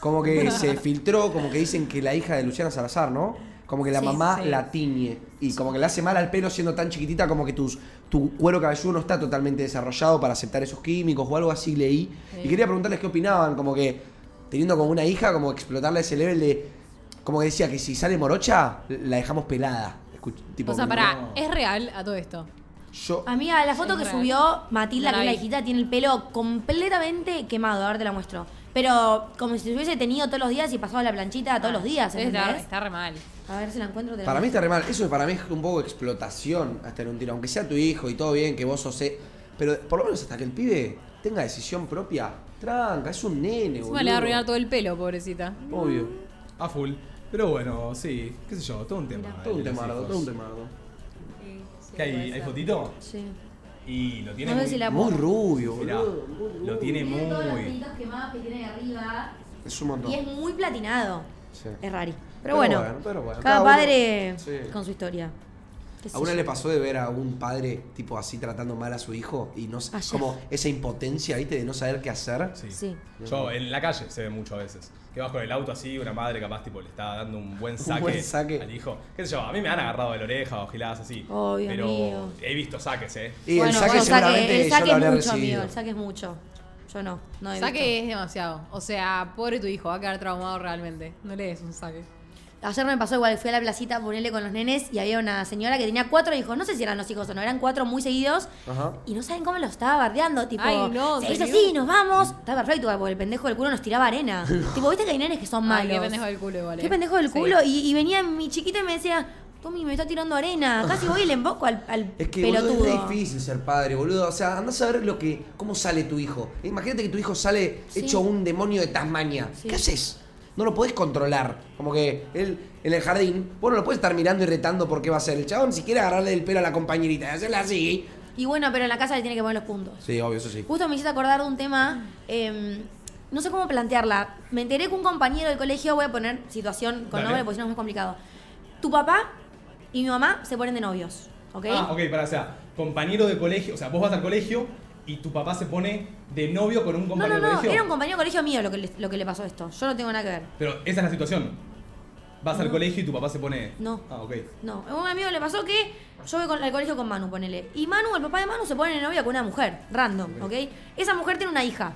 Speaker 2: Como que se filtró, como que dicen que la hija de Luciana Salazar, ¿no? Como que la
Speaker 4: Sí,
Speaker 2: mamá
Speaker 4: sí.
Speaker 2: la tiñe y como que le hace mal al pelo siendo tan chiquitita como que tus, tu cuero cabelludo no está totalmente desarrollado para aceptar esos químicos o algo así leí. Y quería preguntarles qué opinaban, como que teniendo como una hija, como explotarle ese level de... Como que decía que si sale morocha, la dejamos pelada. Escuch- tipo,
Speaker 4: o sea,
Speaker 2: no.
Speaker 4: pará, Ah, es real a todo esto.
Speaker 2: Yo...
Speaker 3: Amiga, la foto
Speaker 4: Es
Speaker 3: que
Speaker 4: real.
Speaker 3: subió Matilda,
Speaker 4: No
Speaker 3: que
Speaker 4: la
Speaker 3: es la
Speaker 4: vi.
Speaker 3: hijita, tiene el pelo completamente quemado. Ahora te la muestro. Pero como si se hubiese tenido todos los días y pasado la planchita todos los días,
Speaker 4: Ah, Está,
Speaker 3: ¿entendés?
Speaker 4: está re mal.
Speaker 3: A ver si la encuentro. te la
Speaker 2: Para mí
Speaker 3: muestro.
Speaker 2: está re mal. Eso para mí es un poco de explotación hasta en un tiro. Aunque sea tu hijo y todo bien, que vos sos. e- Pero por lo menos hasta que el pibe tenga decisión propia. Tranca, es un nene, boludo.
Speaker 4: Encima le va a arruinar todo el pelo, pobrecita.
Speaker 2: Obvio.
Speaker 1: A full. Pero bueno, sí, qué sé yo, todo un tema.
Speaker 2: Todo un
Speaker 1: de los
Speaker 2: temardo,
Speaker 1: hijos.
Speaker 2: todo un temardo.
Speaker 1: ¿Qué hay? ¿Hay fotito?
Speaker 3: Sí.
Speaker 1: Y lo tiene
Speaker 3: No sé
Speaker 1: muy...
Speaker 3: si la-
Speaker 2: Muy rubio,
Speaker 1: Mirá,
Speaker 2: boludo. muy rubio.
Speaker 1: lo tiene muy...
Speaker 3: quemadas que tiene arriba.
Speaker 2: Es un montón.
Speaker 3: Y es muy platinado.
Speaker 2: Sí.
Speaker 3: Es rari. Pero,
Speaker 2: Pero
Speaker 3: bueno,
Speaker 2: bueno, pero bueno,
Speaker 3: cada
Speaker 2: cada uno-
Speaker 3: padre
Speaker 2: Sí.
Speaker 3: con su historia. Qué sé
Speaker 2: ¿A una
Speaker 3: yo.
Speaker 2: le pasó de ver a un padre tipo así tratando mal a su hijo y no s-
Speaker 3: Ayer.
Speaker 2: como esa impotencia, ¿viste? De no saber qué hacer.
Speaker 1: Sí.
Speaker 3: Sí.
Speaker 1: Yo en la calle se ve mucho a veces. Que vas con el auto así, una madre capaz tipo le está dando un buen saque,
Speaker 2: buen saque.
Speaker 1: al hijo. Qué sé yo, a mí me han agarrado de la oreja o giladas así.
Speaker 3: Obvio,
Speaker 1: pero
Speaker 3: amigo.
Speaker 1: he visto saques, eh.
Speaker 2: Y el
Speaker 3: bueno,
Speaker 2: saque
Speaker 3: bueno,
Speaker 2: seguramente
Speaker 3: el
Speaker 2: yo
Speaker 3: saque
Speaker 2: lo
Speaker 3: es
Speaker 2: habré
Speaker 3: mucho,
Speaker 2: recibido.
Speaker 3: amigo. El saque es mucho. Yo no. no he visto.
Speaker 4: Saque es demasiado. O sea, pobre tu hijo, va a quedar traumado realmente. No le des un saque.
Speaker 3: Ayer me pasó igual, fui a la placita a ponerle con los nenes y había una señora que tenía cuatro hijos, no sé si eran los hijos o no, eran cuatro muy seguidos
Speaker 2: Ajá.
Speaker 3: y no saben cómo lo estaba bardeando, tipo,
Speaker 4: Ay, no,
Speaker 3: se hizo
Speaker 4: ¿serio?
Speaker 3: así, nos vamos, está perfecto, porque el pendejo del culo nos tiraba arena. tipo, viste que hay nenes que son
Speaker 4: Ay,
Speaker 3: malos.
Speaker 4: qué pendejo del culo igual, eh.
Speaker 3: Qué pendejo del
Speaker 4: Sí.
Speaker 3: culo. Y, y venía mi chiquita y me decía, Tommy, me está tirando arena, casi voy y le emboco al, al
Speaker 2: Es que
Speaker 3: pelotudo.
Speaker 2: boludo, es re difícil ser padre, boludo. O sea, andás a ver lo que, cómo sale tu hijo. Imagínate que tu hijo sale
Speaker 3: Sí.
Speaker 2: hecho un demonio de Tasmania.
Speaker 3: Sí.
Speaker 2: ¿Qué haces? No lo podés controlar. Como que él en el jardín, vos no lo podés estar mirando y retando por qué va a ser. El chabón si quiere agarrarle el pelo a la compañerita y hacerla así.
Speaker 3: Y bueno, pero en la casa le tiene que poner los puntos.
Speaker 2: Sí, obvio, eso sí.
Speaker 3: Justo me hiciste acordar de un tema, eh, no sé cómo plantearla. Me enteré que un compañero del colegio, voy a poner situación con
Speaker 1: Dale.
Speaker 3: nombre porque si no es más complicado. Tu papá y mi mamá se ponen de novios, ¿ok?
Speaker 1: Ah, ok, para, o sea, compañero de colegio, o sea, vos vas al colegio y tu papá se pone de novio con un
Speaker 3: no,
Speaker 1: compañero
Speaker 3: no,
Speaker 1: de
Speaker 3: no,
Speaker 1: colegio.
Speaker 3: era un compañero de colegio mío lo que, le, lo que le pasó esto. Yo no tengo nada que ver.
Speaker 1: Pero esa es la situación. Vas al colegio y tu papá se pone.
Speaker 3: No.
Speaker 1: Ah, ok.
Speaker 3: No, a un amigo le pasó que yo voy con- al colegio con Manu, ponele. Y Manu, el papá de Manu, se pone de novia con una mujer, random, ¿ok? Esa mujer tiene una hija,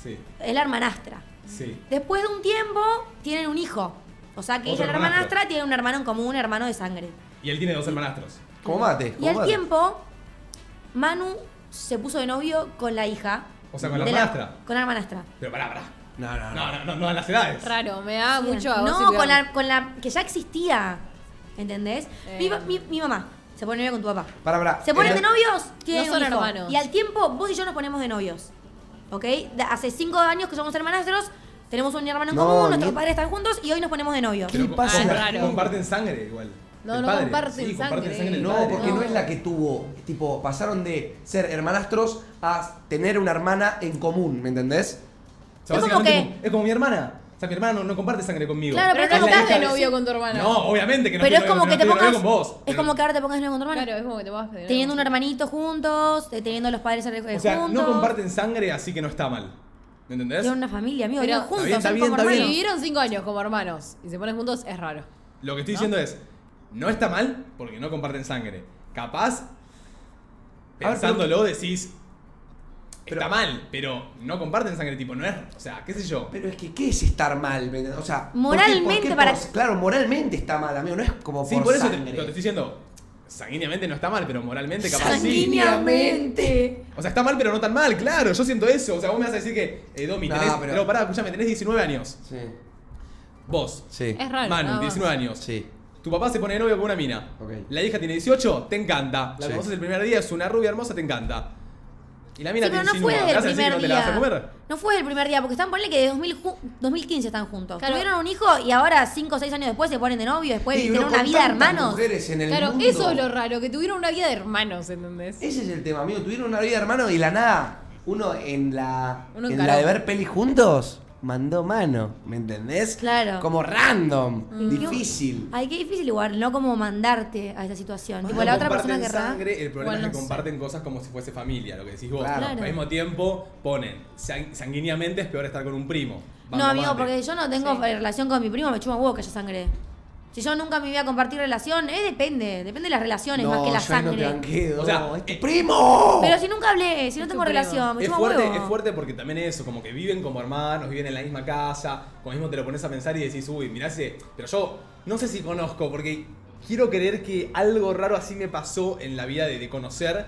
Speaker 1: Sí,
Speaker 3: es la hermanastra.
Speaker 1: sí.
Speaker 3: Después de un tiempo, tienen un hijo. O sea que
Speaker 1: Otro
Speaker 3: ella, la
Speaker 1: hermanastro.
Speaker 3: hermanastra, tiene un hermano en común, un hermano de sangre.
Speaker 1: Y él tiene dos hermanastros.
Speaker 2: Como mate.
Speaker 3: Y
Speaker 2: como
Speaker 3: al
Speaker 2: mate.
Speaker 3: tiempo, Manu se puso de novio con la hija.
Speaker 1: O sea, con la
Speaker 3: de
Speaker 1: hermanastra.
Speaker 3: con la hermanastra.
Speaker 1: Pero pará, pará.
Speaker 2: No, no, no.
Speaker 1: No, no, no, no a las edades.
Speaker 4: Raro, me da Ah, mucho a vos
Speaker 3: No,
Speaker 4: Silvia.
Speaker 3: con la, con la que ya existía. ¿Entendés? Mi, pa-
Speaker 4: Eh.
Speaker 3: mi- mi mamá se pone de novio con tu papá.
Speaker 2: Para, para.
Speaker 3: Se ponen de
Speaker 2: novio?
Speaker 3: novios, tienen
Speaker 4: son
Speaker 3: un hijo.
Speaker 4: hermanos.
Speaker 3: Y al tiempo, vos y yo nos ponemos de novios. ¿Ok? De- Hace cinco años que somos hermanastros, tenemos un hermano en
Speaker 2: No,
Speaker 3: común, nuestros
Speaker 2: ni-
Speaker 3: padres están juntos y hoy nos ponemos de novios.
Speaker 1: Pero
Speaker 2: ¿Qué pasa?
Speaker 1: com-
Speaker 4: Ah, raro.
Speaker 1: Comparten sangre igual.
Speaker 4: No,
Speaker 1: Del
Speaker 4: no
Speaker 1: padre.
Speaker 4: comparten
Speaker 1: Sí, comparten
Speaker 4: sangre.
Speaker 1: sangre. del
Speaker 2: No,
Speaker 1: padre.
Speaker 2: porque no. es la que tuvo. Tipo, pasaron de ser hermanastros a tener una hermana en común, ¿me entendés?
Speaker 1: O sea,
Speaker 3: Es como
Speaker 1: básicamente
Speaker 3: que-
Speaker 1: como- es como mi hermana. O sea, mi hermana no, no comparte sangre conmigo.
Speaker 3: Claro, pero
Speaker 1: Es la
Speaker 4: no estás
Speaker 1: hija
Speaker 4: de novio con tu hermana.
Speaker 1: No, obviamente que no
Speaker 3: Pero es
Speaker 1: estoy
Speaker 3: como
Speaker 1: novio-
Speaker 3: que te
Speaker 1: no estoy
Speaker 3: pongas.
Speaker 1: de novio con vos.
Speaker 3: Es
Speaker 1: pero-
Speaker 3: como que ahora te pongas de novio con tu hermano.
Speaker 4: Claro, es como que te vas de
Speaker 3: Teniendo un
Speaker 4: nuevo.
Speaker 3: hermanito juntos, eh, teniendo los padres eh,
Speaker 1: O sea,
Speaker 3: juntos.
Speaker 1: no comparten sangre, así que no está mal. ¿Me entendés?
Speaker 3: Era una familia, amigo,
Speaker 4: Pero-
Speaker 3: vivían juntos,
Speaker 1: Está bien,
Speaker 3: son
Speaker 1: está bien,
Speaker 3: como
Speaker 1: está
Speaker 4: Si
Speaker 3: hermanos.
Speaker 4: vivieron cinco años como hermanos y se ponen juntos, es raro.
Speaker 1: Lo que estoy diciendo es, No está mal porque no comparten sangre. Capaz, pensándolo, decís.
Speaker 2: Pero-
Speaker 1: está mal, pero no comparten sangre, tipo, no es. O sea, qué sé yo.
Speaker 2: Pero es que, ¿qué es estar mal? ¿Me entendés? O sea, ¿por qué-
Speaker 3: Moralmente
Speaker 2: por qué
Speaker 3: para-
Speaker 2: por- claro, moralmente está mal, amigo. No es como
Speaker 1: sí,
Speaker 2: por,
Speaker 1: por eso te,
Speaker 2: sangre.
Speaker 1: te estoy diciendo. Sanguíneamente no está mal, pero moralmente capaz sí.
Speaker 3: Sanguíneamente.
Speaker 1: O sea, está mal, pero no tan mal, claro. Yo siento eso. O sea, vos me vas a decir que, eh, Domi,
Speaker 2: No,
Speaker 1: tenés.
Speaker 2: pero-
Speaker 1: pero pará, escuchame, tenés 19 años.
Speaker 2: Sí.
Speaker 1: Vos,
Speaker 2: Sí.
Speaker 4: Es raro. nada
Speaker 1: Manu,
Speaker 4: más.
Speaker 1: 19 años.
Speaker 2: Sí.
Speaker 1: Tu papá se pone de novio con una mina.
Speaker 2: Ok.
Speaker 1: La hija tiene 18, te encanta. La
Speaker 2: Sí.
Speaker 1: conoces el primer día, es una rubia hermosa, te encanta. Y la mina
Speaker 3: Sí,
Speaker 1: te
Speaker 3: pero no
Speaker 1: insinúa,
Speaker 3: fue
Speaker 1: ¿me
Speaker 3: desde
Speaker 1: vas
Speaker 3: el
Speaker 1: a decir que
Speaker 3: primer
Speaker 1: no te la vas a comer?
Speaker 3: día. No fue desde el primer día, porque están, ponle que desde 2000 ju- 2015 están juntos.
Speaker 4: Claro.
Speaker 3: Tuvieron un hijo y ahora 5 o 6 años después se ponen de novio, después
Speaker 2: Y,
Speaker 3: tienen
Speaker 2: bro,
Speaker 3: una
Speaker 2: con
Speaker 3: vida de
Speaker 2: tantas
Speaker 3: hermanos.
Speaker 2: mujeres en el
Speaker 4: Claro,
Speaker 2: mundo.
Speaker 4: eso es lo raro, que tuvieron una vida de hermanos, ¿entendés?
Speaker 2: Ese es el tema, amigo. Tuvieron una vida de hermanos y de la nada. Uno en la.
Speaker 4: Uno
Speaker 2: en
Speaker 4: encaró.
Speaker 2: la de ver peli juntos. Mandó mano, ¿me entendés?
Speaker 3: Claro.
Speaker 2: Como random,
Speaker 3: Mm.
Speaker 2: difícil.
Speaker 3: Ay, qué difícil igual, no como mandarte a esa situación.
Speaker 1: No
Speaker 3: Tipo, la otra
Speaker 1: comparten
Speaker 3: persona querrá.
Speaker 1: sangre, el problema
Speaker 4: Bueno,
Speaker 1: es que
Speaker 4: no sé.
Speaker 1: comparten cosas como si fuese familia, lo que decís vos.
Speaker 2: Claro.
Speaker 1: Al mismo tiempo ponen, sang- sanguíneamente es peor estar con un primo. Banco
Speaker 3: No, amigo,
Speaker 1: mate.
Speaker 3: porque yo no tengo eh,
Speaker 4: Sí.
Speaker 3: relación con mi primo, me chupa un huevo que haya sangre. Si yo nunca me voy a compartir relación, eh, depende, depende de las relaciones más que la
Speaker 2: yo ahí no te
Speaker 3: sangre.
Speaker 2: banquedo.
Speaker 1: O sea,
Speaker 2: ¡Es tu
Speaker 1: eh,
Speaker 2: primo!
Speaker 3: Pero si nunca hablé, si no tengo
Speaker 4: Es tu primo.
Speaker 3: relación, me
Speaker 1: Es
Speaker 3: chupa un
Speaker 1: fuerte,
Speaker 3: huevo.
Speaker 1: es fuerte porque también eso, como que viven como hermanos, viven en la misma casa, como mismo te lo pones a pensar y decís, uy, mirá ese. Pero yo no sé si conozco, porque quiero creer que algo raro así me pasó en la vida de, de conocer,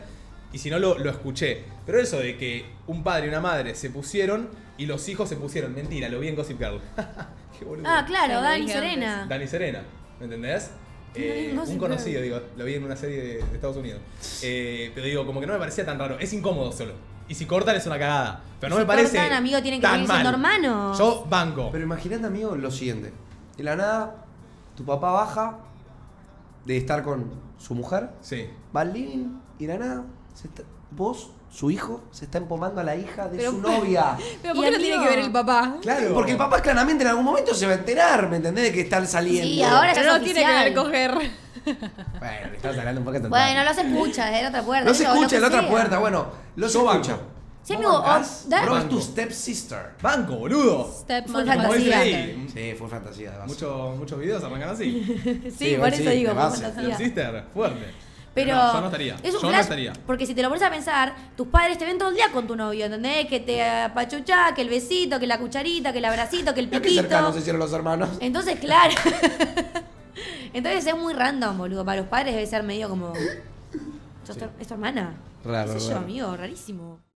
Speaker 1: y si no lo, lo escuché. Pero eso de que un padre y una madre se pusieron y los hijos se pusieron, mentira, lo vi en Gossip Girl. Qué boludo.
Speaker 3: Ah, claro,
Speaker 4: Sí, lo
Speaker 3: Dani
Speaker 4: dije
Speaker 3: Serena.
Speaker 1: Dani Serena, ¿me entendés? Eh,
Speaker 3: Ah. No, no sé,
Speaker 1: un
Speaker 3: pero-
Speaker 1: conocido, digo, lo vi en una serie de, de Estados Unidos. Eh, pero digo, como que no me parecía tan raro. Es incómodo solo. Y si cortan es una cagada. Pero no
Speaker 3: Si
Speaker 1: me parece.
Speaker 3: cortan, amigo, tienen que
Speaker 1: tan
Speaker 3: seguir
Speaker 1: mal.
Speaker 3: siendo hermanos.
Speaker 1: Yo banco.
Speaker 2: Pero imaginate, amigo, lo siguiente. De la nada, tu papá baja de estar con su mujer,
Speaker 1: Sí.
Speaker 2: va al living y de la nada, se está- vos, su hijo, se está empomando a la hija de
Speaker 4: Pero-
Speaker 2: su novia.
Speaker 4: Pero
Speaker 3: Y
Speaker 4: ¿por qué no
Speaker 3: amigo-
Speaker 4: tiene que ver el papá?
Speaker 1: Claro.
Speaker 2: Porque el papá claramente en algún momento se va a enterar, ¿me entendés? De que están saliendo.
Speaker 3: Sí, ahora ya
Speaker 4: Pero
Speaker 3: es
Speaker 4: no tiene que
Speaker 3: oficial.
Speaker 4: ver coger.
Speaker 2: Bueno, le estás hablando un poquito.
Speaker 3: Bueno, los escucha, de la otra puerta.
Speaker 2: No se
Speaker 3: digo, lo
Speaker 2: escucha
Speaker 3: que
Speaker 2: en la otra
Speaker 3: sea.
Speaker 2: puerta, bueno, los
Speaker 1: Yo
Speaker 2: escucha.
Speaker 1: banco.
Speaker 3: Sí,
Speaker 2: ¿Vos
Speaker 3: amigo,
Speaker 2: bancás?
Speaker 3: o- da-
Speaker 2: Bro, es tu
Speaker 1: Banco.
Speaker 2: stepsister.
Speaker 1: Banco, boludo.
Speaker 4: Step
Speaker 3: Full
Speaker 4: mother.
Speaker 1: Como dice
Speaker 3: fantasía.
Speaker 1: ahí,
Speaker 2: Sí, fue fantasía. de base.
Speaker 1: muchos- muchos videos arrancan así.
Speaker 3: Sí,
Speaker 2: Sí,
Speaker 3: por
Speaker 2: igual
Speaker 3: eso
Speaker 2: sí,
Speaker 3: digo,
Speaker 2: de
Speaker 3: fue
Speaker 2: base.
Speaker 3: fantasía.
Speaker 1: Little Sister, fuerte.
Speaker 3: Pero
Speaker 1: No, yo no estaría.
Speaker 3: es
Speaker 1: yo
Speaker 3: un flash,
Speaker 1: no estaría.
Speaker 3: porque si te lo pones a pensar, tus padres te ven todo el día con tu novio, ¿entendés? Que te apachuchá, que el besito, que la cucharita, que el abracito, que el
Speaker 2: Mirá qué
Speaker 3: piquito.
Speaker 2: cercanos se hicieron los hermanos.
Speaker 3: Entonces, claro. Entonces es muy random, boludo. Para los padres debe ser medio como. Sos tu- Es tu hermana.
Speaker 2: Raro,
Speaker 3: ¿Qué sé yo,
Speaker 2: raro.
Speaker 3: amigo? Rarísimo.